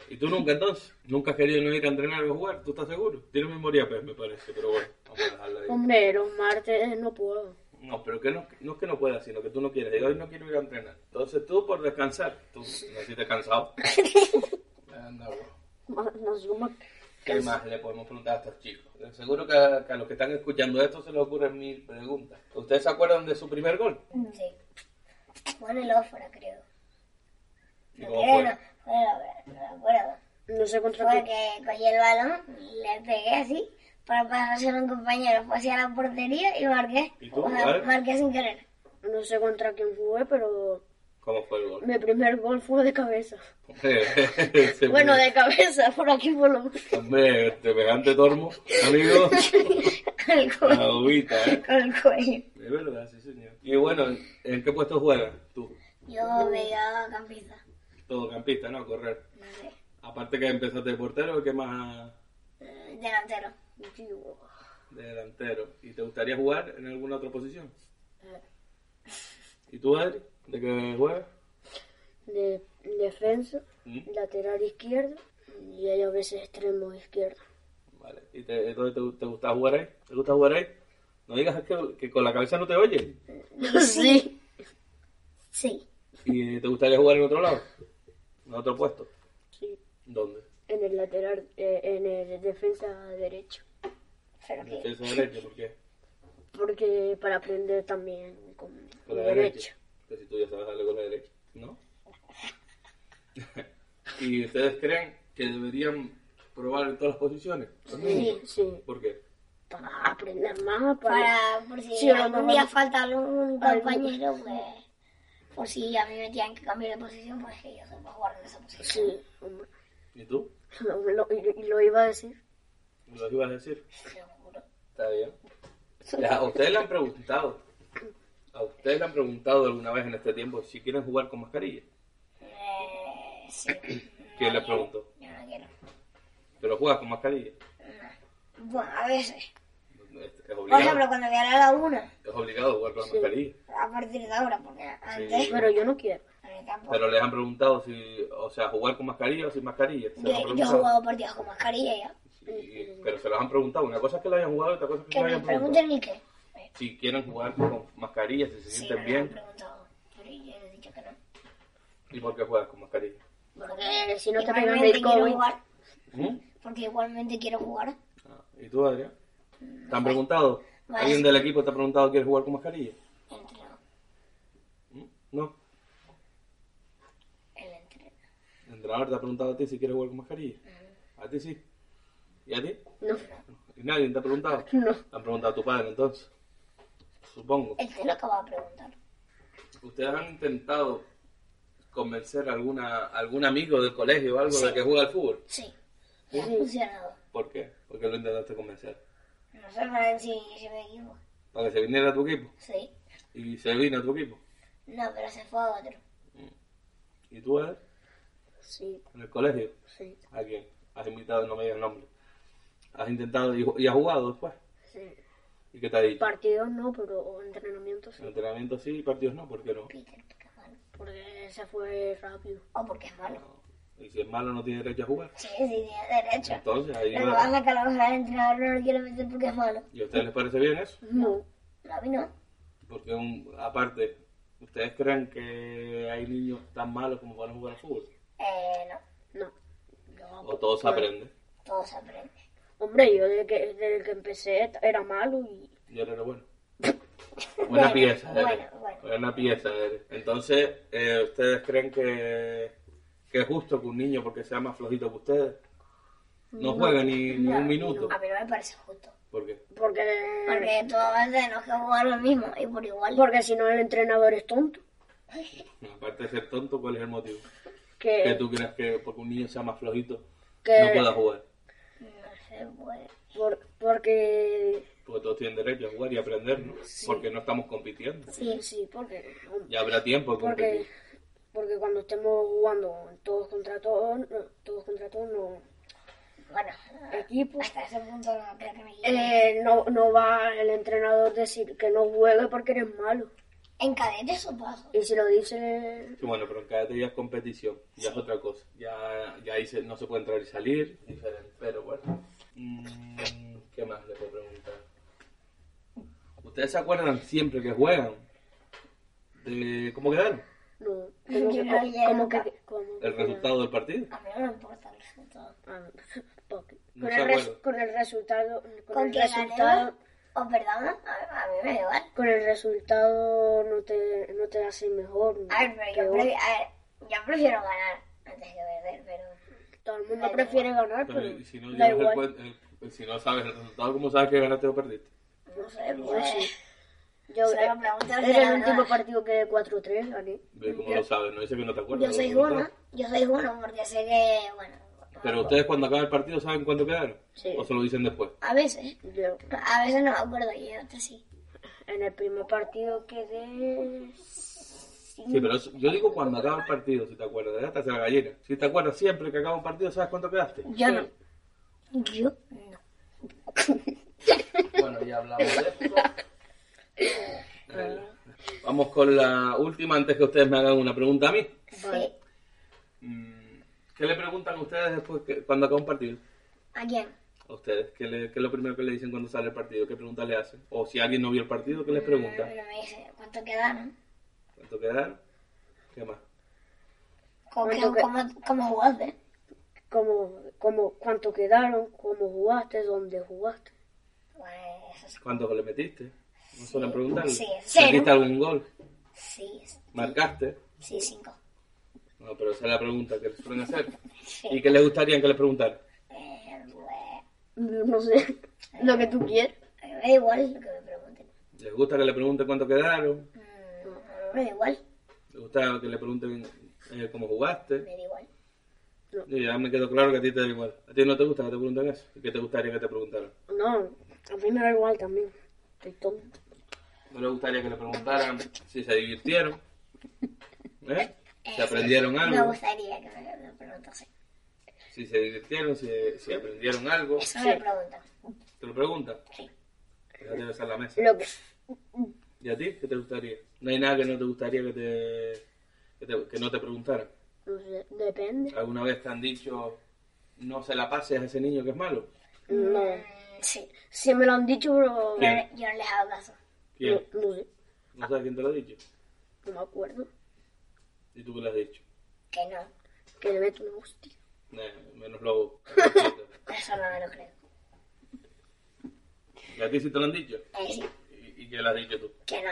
[SPEAKER 1] ¿Y tú nunca entonces? ¿Nunca has querido no ir a entrenar o a jugar? ¿Tú estás seguro? Tienes memoria pez, me parece, pero bueno, vamos a dejarla ahí.
[SPEAKER 4] Hombre, los martes no puedo.
[SPEAKER 1] No, pero que no, no es que no puedas, sino que tú no quieres. Yo hoy no quiero ir a entrenar. Entonces tú por descansar. Tú naciste cansado. Anda, bueno.
[SPEAKER 4] Ma- No sé cómo.
[SPEAKER 1] ¿Qué más le podemos preguntar a estos chicos? Eh, Seguro que a, que a los que están escuchando esto se les ocurren mil preguntas. ¿Ustedes se acuerdan de su primer gol?
[SPEAKER 2] Mm. Sí. Bueno, el ófora, creo.
[SPEAKER 1] ¿Y
[SPEAKER 2] No,
[SPEAKER 1] cómo
[SPEAKER 2] creo,
[SPEAKER 1] fue?
[SPEAKER 2] no, bueno, no me acuerdo.
[SPEAKER 4] No sé contra
[SPEAKER 2] Fue
[SPEAKER 4] qué.
[SPEAKER 2] que cogí el balón, le pegué así para pasárselo a un compañero. Fue hacia la portería y marqué.
[SPEAKER 1] ¿Y tú,
[SPEAKER 2] O sea,
[SPEAKER 1] vale?
[SPEAKER 2] marqué sin querer.
[SPEAKER 4] No sé contra quién jugué, pero
[SPEAKER 1] ¿Cómo fue el gol?
[SPEAKER 4] mi primer gol fue de cabeza. [LAUGHS]
[SPEAKER 1] Se [LAUGHS]
[SPEAKER 4] Bueno,
[SPEAKER 1] me-
[SPEAKER 2] [LAUGHS]
[SPEAKER 4] de cabeza, por aquí por lo menos.
[SPEAKER 1] Hombre, te pegaste tormo,
[SPEAKER 4] [LAUGHS]
[SPEAKER 1] amigo.
[SPEAKER 2] Con
[SPEAKER 1] Ah,
[SPEAKER 2] el, cue-
[SPEAKER 1] Agüita, ¿eh?
[SPEAKER 2] con el cuello.
[SPEAKER 1] Es verdad, sí, señor. Y bueno, ¿en qué puesto juegas tú?
[SPEAKER 2] Yo me a campista.
[SPEAKER 1] Todocampista, ¿no? A correr.
[SPEAKER 2] No sé.
[SPEAKER 1] Aparte que empezaste de portero, ¿qué más
[SPEAKER 2] eh, Delantero.
[SPEAKER 1] de delantero? ¿Y te gustaría jugar en alguna otra posición? ¿Y tú, Adri? ¿De qué juegas?
[SPEAKER 4] De defensa,
[SPEAKER 1] ¿Mm?
[SPEAKER 4] lateral izquierdo y hay a [LAUGHS] veces extremo izquierdo.
[SPEAKER 1] Vale. ¿Y te, entonces te, te gusta jugar ahí? ¿Te gusta jugar ahí? No digas que, que con la cabeza no te oye.
[SPEAKER 4] Sí.
[SPEAKER 2] Sí.
[SPEAKER 1] ¿Y te gustaría jugar en otro lado? ¿En otro puesto?
[SPEAKER 4] Sí.
[SPEAKER 1] ¿Dónde?
[SPEAKER 4] En el lateral, eh, en el defensa derecho.
[SPEAKER 2] Pero
[SPEAKER 1] En
[SPEAKER 2] que
[SPEAKER 1] defensa derecha, ¿por qué?
[SPEAKER 4] Porque para aprender también con,
[SPEAKER 1] Con
[SPEAKER 4] con
[SPEAKER 1] la
[SPEAKER 4] derecho.
[SPEAKER 1] derecha. Que si tú ya sabes darle con la derecha, ¿no? [LAUGHS] ¿Y ustedes creen que deberían probar en todas las posiciones?
[SPEAKER 4] Sí, sí.
[SPEAKER 1] ¿Por qué?
[SPEAKER 4] Para aprender más, para...
[SPEAKER 2] para, por si
[SPEAKER 4] Sí, a lo
[SPEAKER 2] algún
[SPEAKER 4] mejor-
[SPEAKER 2] día falta algún compañero, pues, por si a mí me tenían que cambiar de posición, pues que yo sepa jugar en esa posición.
[SPEAKER 4] Sí, hombre. [LAUGHS]
[SPEAKER 1] ¿Y tú?
[SPEAKER 4] Lo, lo- y lo iba a decir.
[SPEAKER 1] ¿Me lo ibas a decir?
[SPEAKER 2] Seguro.
[SPEAKER 1] Está bien. Ya, a ustedes le han preguntado. A ustedes le han preguntado alguna vez en este tiempo si quieren jugar con mascarilla.
[SPEAKER 2] Eh, sí.
[SPEAKER 1] ¿Quién le preguntó?
[SPEAKER 2] Yo no quiero.
[SPEAKER 1] ¿Pero juegas con mascarilla?
[SPEAKER 2] Bueno, a veces.
[SPEAKER 1] Es
[SPEAKER 2] Por ejemplo,
[SPEAKER 1] obligado,
[SPEAKER 2] cuando viera la laguna,
[SPEAKER 1] es obligado jugar con mascarilla.
[SPEAKER 2] a partir de ahora, porque antes,
[SPEAKER 4] Pero yo no quiero.
[SPEAKER 2] en el campo,
[SPEAKER 1] Pero les han preguntado si, o sea, jugar con mascarilla o sin mascarilla. Se lo han
[SPEAKER 2] yo, yo he
[SPEAKER 1] preguntado.
[SPEAKER 2] jugado partidos con mascarilla ya.
[SPEAKER 1] Y- pero se los han preguntado. Una cosa es que lo hayan jugado y otra cosa es que
[SPEAKER 2] Que
[SPEAKER 1] no lo
[SPEAKER 2] me
[SPEAKER 1] hayan preguntado.
[SPEAKER 2] pregunten y qué. Eh,
[SPEAKER 1] Si quieren jugar con mascarilla, si se
[SPEAKER 2] Sí,
[SPEAKER 1] sienten
[SPEAKER 2] me lo han
[SPEAKER 1] bien.
[SPEAKER 2] preguntado, pero yo he dicho que no.
[SPEAKER 1] ¿Y por qué juegas con mascarilla?
[SPEAKER 4] Porque si no te pegan
[SPEAKER 2] igualmente
[SPEAKER 4] del
[SPEAKER 2] quiero
[SPEAKER 4] COVID.
[SPEAKER 2] jugar,
[SPEAKER 1] ¿Mm?
[SPEAKER 2] porque igualmente quiero jugar.
[SPEAKER 1] Ah, ¿Y tú, Adrián? ¿Te han preguntado?
[SPEAKER 2] Vale.
[SPEAKER 1] ¿Alguien del equipo te ha preguntado quieres jugar con mascarilla?
[SPEAKER 2] Entreno,
[SPEAKER 1] ¿Mm? ¿No?
[SPEAKER 2] el entreno.
[SPEAKER 1] El entrenador te ha preguntado a ti si quieres jugar con mascarilla.
[SPEAKER 2] Eh.
[SPEAKER 1] A ti sí. ¿Y a ti?
[SPEAKER 4] No,
[SPEAKER 1] ¿Y nadie te ha
[SPEAKER 2] [LAUGHS]
[SPEAKER 1] preguntado?
[SPEAKER 4] no.
[SPEAKER 1] Te han preguntado a tu padre entonces. Supongo.
[SPEAKER 2] Él te lo acaba de preguntar.
[SPEAKER 1] ¿Ustedes han intentado convencer a alguna, algún amigo del colegio o algo de que juega al fútbol?
[SPEAKER 2] Sí, y ha funcionado.
[SPEAKER 1] ¿Por qué? ¿Por qué lo intentaste convencer?
[SPEAKER 2] No sé, pero si yo me equivoco.
[SPEAKER 1] Para que se viniera a tu equipo.
[SPEAKER 2] Sí.
[SPEAKER 1] Y se vino a tu equipo.
[SPEAKER 2] No, pero se fue a otro.
[SPEAKER 1] ¿Y tú, Eder?
[SPEAKER 4] Sí,
[SPEAKER 1] ¿En el colegio?
[SPEAKER 4] sí,
[SPEAKER 1] ¿A quién? ¿Has invitado? No me digas nombre. ¿Has intentado y, y has jugado después?
[SPEAKER 4] sí.
[SPEAKER 1] ¿Y qué te ha dicho?
[SPEAKER 4] Partidos no, pero entrenamientos sí.
[SPEAKER 1] Entrenamiento sí, partidos no, ¿por qué no?
[SPEAKER 2] Peter, porque es malo.
[SPEAKER 4] Porque se fue rápido.
[SPEAKER 2] O porque es malo.
[SPEAKER 1] Y si es malo no tiene derecho a jugar.
[SPEAKER 2] Sí, sí, tiene derecho.
[SPEAKER 1] Entonces, ahí
[SPEAKER 2] Pero
[SPEAKER 1] va.
[SPEAKER 2] van a que a lo mejor al entrenador no lo quiere meter porque es malo.
[SPEAKER 1] ¿Y a ustedes les parece bien eso?
[SPEAKER 4] No.
[SPEAKER 2] No, a mí no.
[SPEAKER 1] Porque un- aparte, ¿ustedes creen que hay niños tan malos como para jugar al fútbol?
[SPEAKER 2] Eh, no.
[SPEAKER 4] No.
[SPEAKER 1] ¿O todo se aprende?
[SPEAKER 2] Todo se aprende.
[SPEAKER 4] Hombre, yo desde que, desde que empecé era malo y
[SPEAKER 1] Yo no era bueno. Buena pieza,
[SPEAKER 2] bueno,
[SPEAKER 1] eres.
[SPEAKER 2] bueno.
[SPEAKER 1] Buena pieza, eres. Entonces, eh, ¿ustedes creen que, que es justo que un niño, porque sea más flojito que ustedes, no, juegue ni, ni un minuto?
[SPEAKER 2] A mí no me parece justo.
[SPEAKER 1] ¿Por qué?
[SPEAKER 4] porque
[SPEAKER 2] Porque todos tenemos que jugar lo mismo y por igual.
[SPEAKER 4] porque si no el entrenador es tonto.
[SPEAKER 1] Aparte de ser tonto, ¿cuál es el motivo? Que
[SPEAKER 4] Que,
[SPEAKER 1] tú creas que porque un niño sea más flojito
[SPEAKER 4] que
[SPEAKER 1] no pueda jugar.
[SPEAKER 2] No se puede.
[SPEAKER 4] por- porque
[SPEAKER 1] Porque todos tienen derecho a jugar y aprender, ¿no? Porque no estamos compitiendo.
[SPEAKER 4] sí, sí, porque
[SPEAKER 1] Ya habrá tiempo de
[SPEAKER 4] porque
[SPEAKER 1] competir.
[SPEAKER 4] porque cuando estemos jugando todos contra todos, no, todos contra todos no
[SPEAKER 2] Bueno,
[SPEAKER 4] equipos
[SPEAKER 2] Ah, hasta ese punto no creo que me llegue.
[SPEAKER 4] eh, no, no va el entrenador a decir que no juegue porque eres malo.
[SPEAKER 2] En cadete eso pasa.
[SPEAKER 4] Y si lo dice
[SPEAKER 1] Sí, bueno, pero en cadete ya es competición, ya es otra cosa. Ya, ya ahí se- no se puede entrar y salir, diferente. Pero bueno, Mm, ¿qué más le puedo preguntar? ¿Ustedes se acuerdan siempre que juegan? ¿De cómo quedaron?
[SPEAKER 4] no, como
[SPEAKER 2] [LAUGHS] Yo
[SPEAKER 4] que,
[SPEAKER 2] no llego.
[SPEAKER 4] como que, como
[SPEAKER 1] ¿El resultado del partido?
[SPEAKER 2] A mí no me importa el resultado.
[SPEAKER 4] Ah, [LAUGHS] porque
[SPEAKER 1] No
[SPEAKER 4] con,
[SPEAKER 1] se
[SPEAKER 4] el res-
[SPEAKER 1] acuerda.
[SPEAKER 4] con el resultado con,
[SPEAKER 2] Con
[SPEAKER 4] el
[SPEAKER 2] que
[SPEAKER 4] resultado
[SPEAKER 2] ganemos o perdamos, a, a mí me da igual.
[SPEAKER 4] con el resultado no te no te hace mejor ni
[SPEAKER 2] A ver, pero yo,
[SPEAKER 4] peor.
[SPEAKER 2] prefi- a ver, yo prefiero ganar antes que perder, pero...
[SPEAKER 4] todo el mundo prefiere ganar pero,
[SPEAKER 1] Pero, Pues, ¿y si, no
[SPEAKER 4] da
[SPEAKER 1] llevas el
[SPEAKER 4] igual
[SPEAKER 1] cuen- el- si no sabes el resultado, ¿cómo sabes que ganaste o perdiste?
[SPEAKER 2] No sé,
[SPEAKER 4] yo
[SPEAKER 2] pues...
[SPEAKER 4] sí yo
[SPEAKER 2] Se lo
[SPEAKER 4] eh,
[SPEAKER 2] pregunto al
[SPEAKER 4] era el
[SPEAKER 2] ganador.
[SPEAKER 4] último partido que de 4-3 gané
[SPEAKER 1] Ve ¿Cómo lo sabes? No dice que no te acuerdas.
[SPEAKER 2] Yo
[SPEAKER 1] del
[SPEAKER 2] soy
[SPEAKER 1] resultado.
[SPEAKER 2] bueno, yo soy bueno porque sé que, bueno,
[SPEAKER 1] Pero ustedes cuando acaba el partido saben cuánto quedaron.
[SPEAKER 4] Sí.
[SPEAKER 1] O se lo dicen después.
[SPEAKER 2] a veces,
[SPEAKER 4] yo
[SPEAKER 2] a veces no me acuerdo y otras sí.
[SPEAKER 4] en el primer partido quedé
[SPEAKER 1] Sí, pero eso- yo digo cuando acaba el partido, si te acuerdas, de hasta la gallina. Si te acuerdas siempre que acaba un partido, ¿sabes cuánto quedaste?
[SPEAKER 2] Yo no. Yo no.
[SPEAKER 1] Bueno, ya hablamos de
[SPEAKER 2] [LAUGHS]
[SPEAKER 1] esto. Vamos con la última antes que ustedes me hagan una pregunta a mí.
[SPEAKER 2] Sí.
[SPEAKER 1] Mm, ¿Qué le preguntan a ustedes después que, cuando acaba un partido?
[SPEAKER 2] ¿A quién?
[SPEAKER 1] a ustedes? ¿Qué, le- qué es lo primero que le dicen cuando sale el partido? ¿Qué preguntas le hacen? O si alguien no vio el partido, ¿qué les pregunta?
[SPEAKER 2] Pero me dice, ¿cuánto quedaron?
[SPEAKER 1] ¿Cuánto quedaron? ¿Qué más?
[SPEAKER 2] ¿Cómo,
[SPEAKER 4] ¿Cuánto
[SPEAKER 2] qué- cómo- cómo jugaste?
[SPEAKER 4] Como, como cuánto quedaron, cómo jugaste, dónde jugaste. [LAUGHS]
[SPEAKER 2] Bueno, Pues, eso es-
[SPEAKER 1] ¿Cuántos goles metiste? No suelen preguntarle.
[SPEAKER 2] Sí, cero.
[SPEAKER 1] ¿Metiste algún gol?
[SPEAKER 2] sí, es-
[SPEAKER 1] ¿Marcaste?
[SPEAKER 2] sí, cinco.
[SPEAKER 1] No, pero esa es la pregunta que les suelen hacer.
[SPEAKER 2] Sí.
[SPEAKER 1] ¿Y qué les gustaría que les preguntara?
[SPEAKER 2] Eh, pues,
[SPEAKER 4] No sé, lo que tú quieras.
[SPEAKER 2] a mí me da igual lo que me pregunten.
[SPEAKER 1] ¿Les gusta que le pregunten cuánto quedaron?
[SPEAKER 2] Mm, me da igual,
[SPEAKER 1] ¿Les gusta que le pregunten eh, cómo jugaste?
[SPEAKER 2] me da igual.
[SPEAKER 1] Y ya me quedó claro que a ti te da igual. ¿A ti no te gusta que te pregunten eso? ¿Y qué te gustaría que te preguntaran?
[SPEAKER 4] No, a mí me da igual también. Estoy tonto.
[SPEAKER 1] ¿No le gustaría que le preguntaran si se divirtieron? ¿Eh? ¿Si aprendieron
[SPEAKER 2] Eh, Me
[SPEAKER 1] algo?
[SPEAKER 2] gustaría que me lo preguntase.
[SPEAKER 1] ¿Si se divirtieron? ¿Si, si aprendieron algo?
[SPEAKER 2] Eso me lo preguntan.
[SPEAKER 1] ¿Te lo preguntan?
[SPEAKER 2] Sí.
[SPEAKER 1] Déjate besar la mesa.
[SPEAKER 4] Lo que,
[SPEAKER 1] ¿Y a ti qué te gustaría? ¿No hay nada que no te gustaría que te, que, te- que no te preguntaran?
[SPEAKER 4] no sé, depende.
[SPEAKER 1] ¿Alguna vez te han dicho no se la pases a ese niño que es malo?
[SPEAKER 4] No,
[SPEAKER 2] Mm, sí,
[SPEAKER 4] si me lo han dicho, pero
[SPEAKER 2] yo,
[SPEAKER 1] ¿Quién?
[SPEAKER 2] yo no les hago caso.
[SPEAKER 4] no,
[SPEAKER 1] ¿Quién?
[SPEAKER 4] no sé,
[SPEAKER 1] ¿No sabes quién te lo ha dicho?
[SPEAKER 4] no me acuerdo.
[SPEAKER 1] ¿Y tú qué le has dicho?
[SPEAKER 2] Que no,
[SPEAKER 4] Que le meto una hostia.
[SPEAKER 1] Nah, menos lobo.
[SPEAKER 2] eso no me lo creo.
[SPEAKER 1] ¿Y a ti sí te lo han dicho?
[SPEAKER 2] Eh, sí,
[SPEAKER 1] ¿Y, y qué le has dicho tú?
[SPEAKER 2] que no.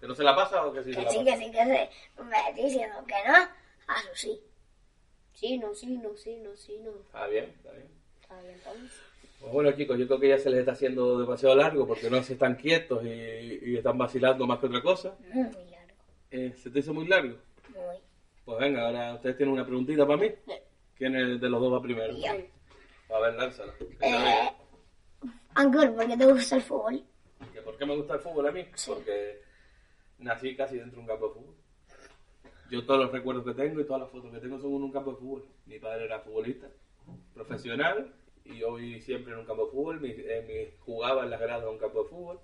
[SPEAKER 1] ¿Que no se la pasa o que sí se
[SPEAKER 2] Que
[SPEAKER 1] la
[SPEAKER 2] sí,
[SPEAKER 1] pasa?
[SPEAKER 2] que sí, que sí. Me estoy diciendo que no, a su sí.
[SPEAKER 4] Sí, no, sí, no, sí, no, sí, no.
[SPEAKER 1] Está Ah, bien, está bien.
[SPEAKER 2] Ah,
[SPEAKER 4] Está bien, entonces.
[SPEAKER 1] Pues bueno chicos, yo creo que ya se les está haciendo demasiado largo porque no se están quietos y, y están vacilando más que otra cosa.
[SPEAKER 2] Muy largo,
[SPEAKER 1] Eh, ¿Se te hizo muy largo?
[SPEAKER 2] muy.
[SPEAKER 1] Pues venga, ahora ustedes tienen una preguntita para mí. ¿Quién es de los dos va primero?
[SPEAKER 2] Yo.
[SPEAKER 1] A ver, lánzala. Que yo
[SPEAKER 2] Eh,
[SPEAKER 1] vea.
[SPEAKER 2] Angkor, ¿por qué te gusta el fútbol?
[SPEAKER 1] ¿Que ¿Por qué me gusta el fútbol a mí? Porque nací casi dentro de un campo de fútbol. Yo todos los recuerdos que tengo y todas las fotos que tengo son en un campo de fútbol. Mi padre era futbolista profesional y yo viví siempre en un campo de fútbol. Mi- eh, mi- jugaba en las gradas de un campo de fútbol,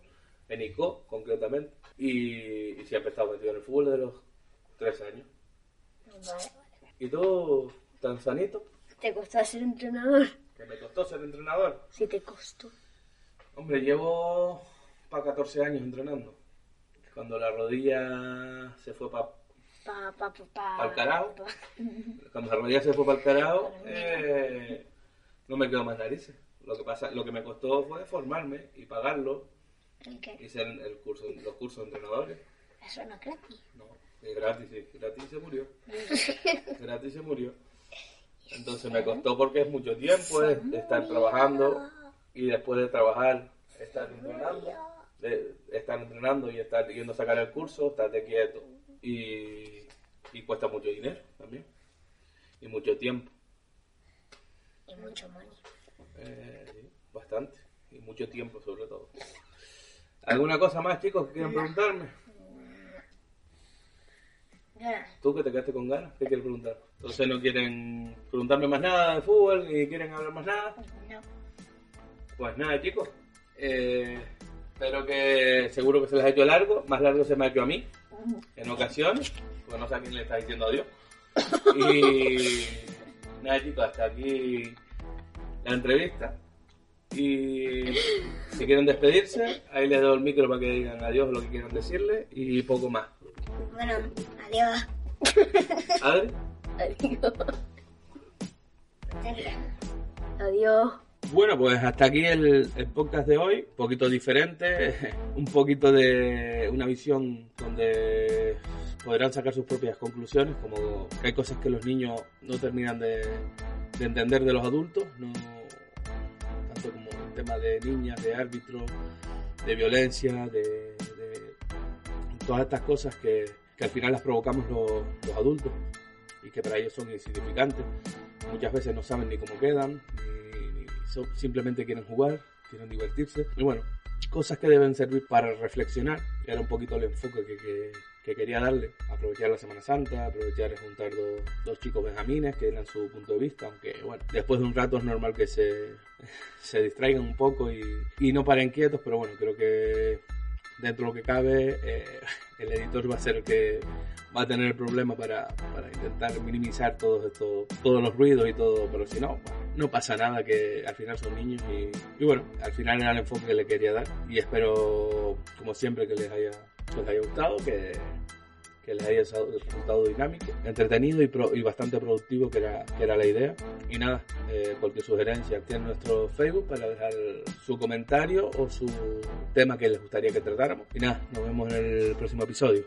[SPEAKER 1] en ICO concretamente. Y, y siempre he estado metido en el fútbol desde los tres años.
[SPEAKER 2] Vale, vale.
[SPEAKER 1] ¿Y tú, tan sanito?
[SPEAKER 4] ¿Te costó ser entrenador?
[SPEAKER 1] Que me costó ser entrenador.
[SPEAKER 4] Sí, te costó.
[SPEAKER 1] Hombre, llevo para 14 años entrenando. Cuando la rodilla se fue para
[SPEAKER 4] Pa, pa, pa, pa.
[SPEAKER 1] el carajo, cuando la rodilla se fue para el carajo, eh, no me quedó más narices. Lo que pasa, lo que me costó fue formarme y pagarlo.
[SPEAKER 2] ¿El qué?
[SPEAKER 1] Hice el, el curso, los cursos de entrenadores.
[SPEAKER 2] Eso no es gratis.
[SPEAKER 1] No, y gratis, sí, gratis se murió. Gratis se murió. Entonces me costó porque es mucho tiempo es estar trabajando y después de trabajar estar entrenando, de- estar entrenando y estar yendo a sacar el curso, estarte quieto y, y cuesta mucho dinero también y mucho tiempo,
[SPEAKER 2] Y mucho money.
[SPEAKER 1] Eh, sí, bastante y mucho tiempo sobre todo. ¿Alguna cosa más chicos que quieran preguntarme?
[SPEAKER 2] Ya,
[SPEAKER 1] Tú que te quedaste con ganas, ¿qué quieres preguntar? Entonces no quieren preguntarme más nada de fútbol, ni quieren hablar más nada.
[SPEAKER 2] no.
[SPEAKER 1] Pues nada, chicos. Eh, espero que seguro que se les ha hecho largo. Más largo se me ha hecho a mí. En ocasiones. Porque no sé a quién le está diciendo adiós. Y nada, chicos, hasta aquí la entrevista. Y si quieren despedirse, ahí les doy el micro para que digan adiós o lo que quieran decirle. Y poco más.
[SPEAKER 2] Bueno, adiós.
[SPEAKER 1] Adri,
[SPEAKER 4] Adiós.
[SPEAKER 2] Te ríes.
[SPEAKER 4] Adiós.
[SPEAKER 1] Bueno, pues hasta aquí el, el podcast de hoy, un poquito diferente, [LAUGHS] un poquito de una visión donde podrán sacar sus propias conclusiones, como que hay cosas que los niños no terminan de, de entender de los adultos, no tanto como el tema de niñas, de árbitros, de violencia, de, de todas estas cosas que, que al final las provocamos los, los adultos y que para ellos son insignificantes muchas veces no saben ni cómo quedan, ni, ni- so- simplemente quieren jugar, quieren divertirse. Y bueno, cosas que deben servir para reflexionar. Era un poquito el enfoque que, que- que quería darle. Aprovechar la Semana Santa, aprovechar de juntar dos, dos chicos benjamines que eran su punto de vista, aunque bueno, después de un rato es normal que se, [LAUGHS] se distraigan un poco y, y no paren quietos, pero bueno, creo que dentro de lo que cabe... eh, el editor va a ser el que va a tener el problema para, para intentar minimizar todos estos, todos los ruidos y todo, pero si no, no pasa nada que al final son niños y, y bueno, al final era el enfoque que le quería dar y espero como siempre que les haya, les haya gustado, que, que les haya sa- resultado dinámico, entretenido y, pro- y bastante productivo que era, que era la idea. Y nada, eh, cualquier sugerencia tienen nuestro Facebook para dejar su comentario o su tema que les gustaría que tratáramos. Y nada, nos vemos en el próximo episodio.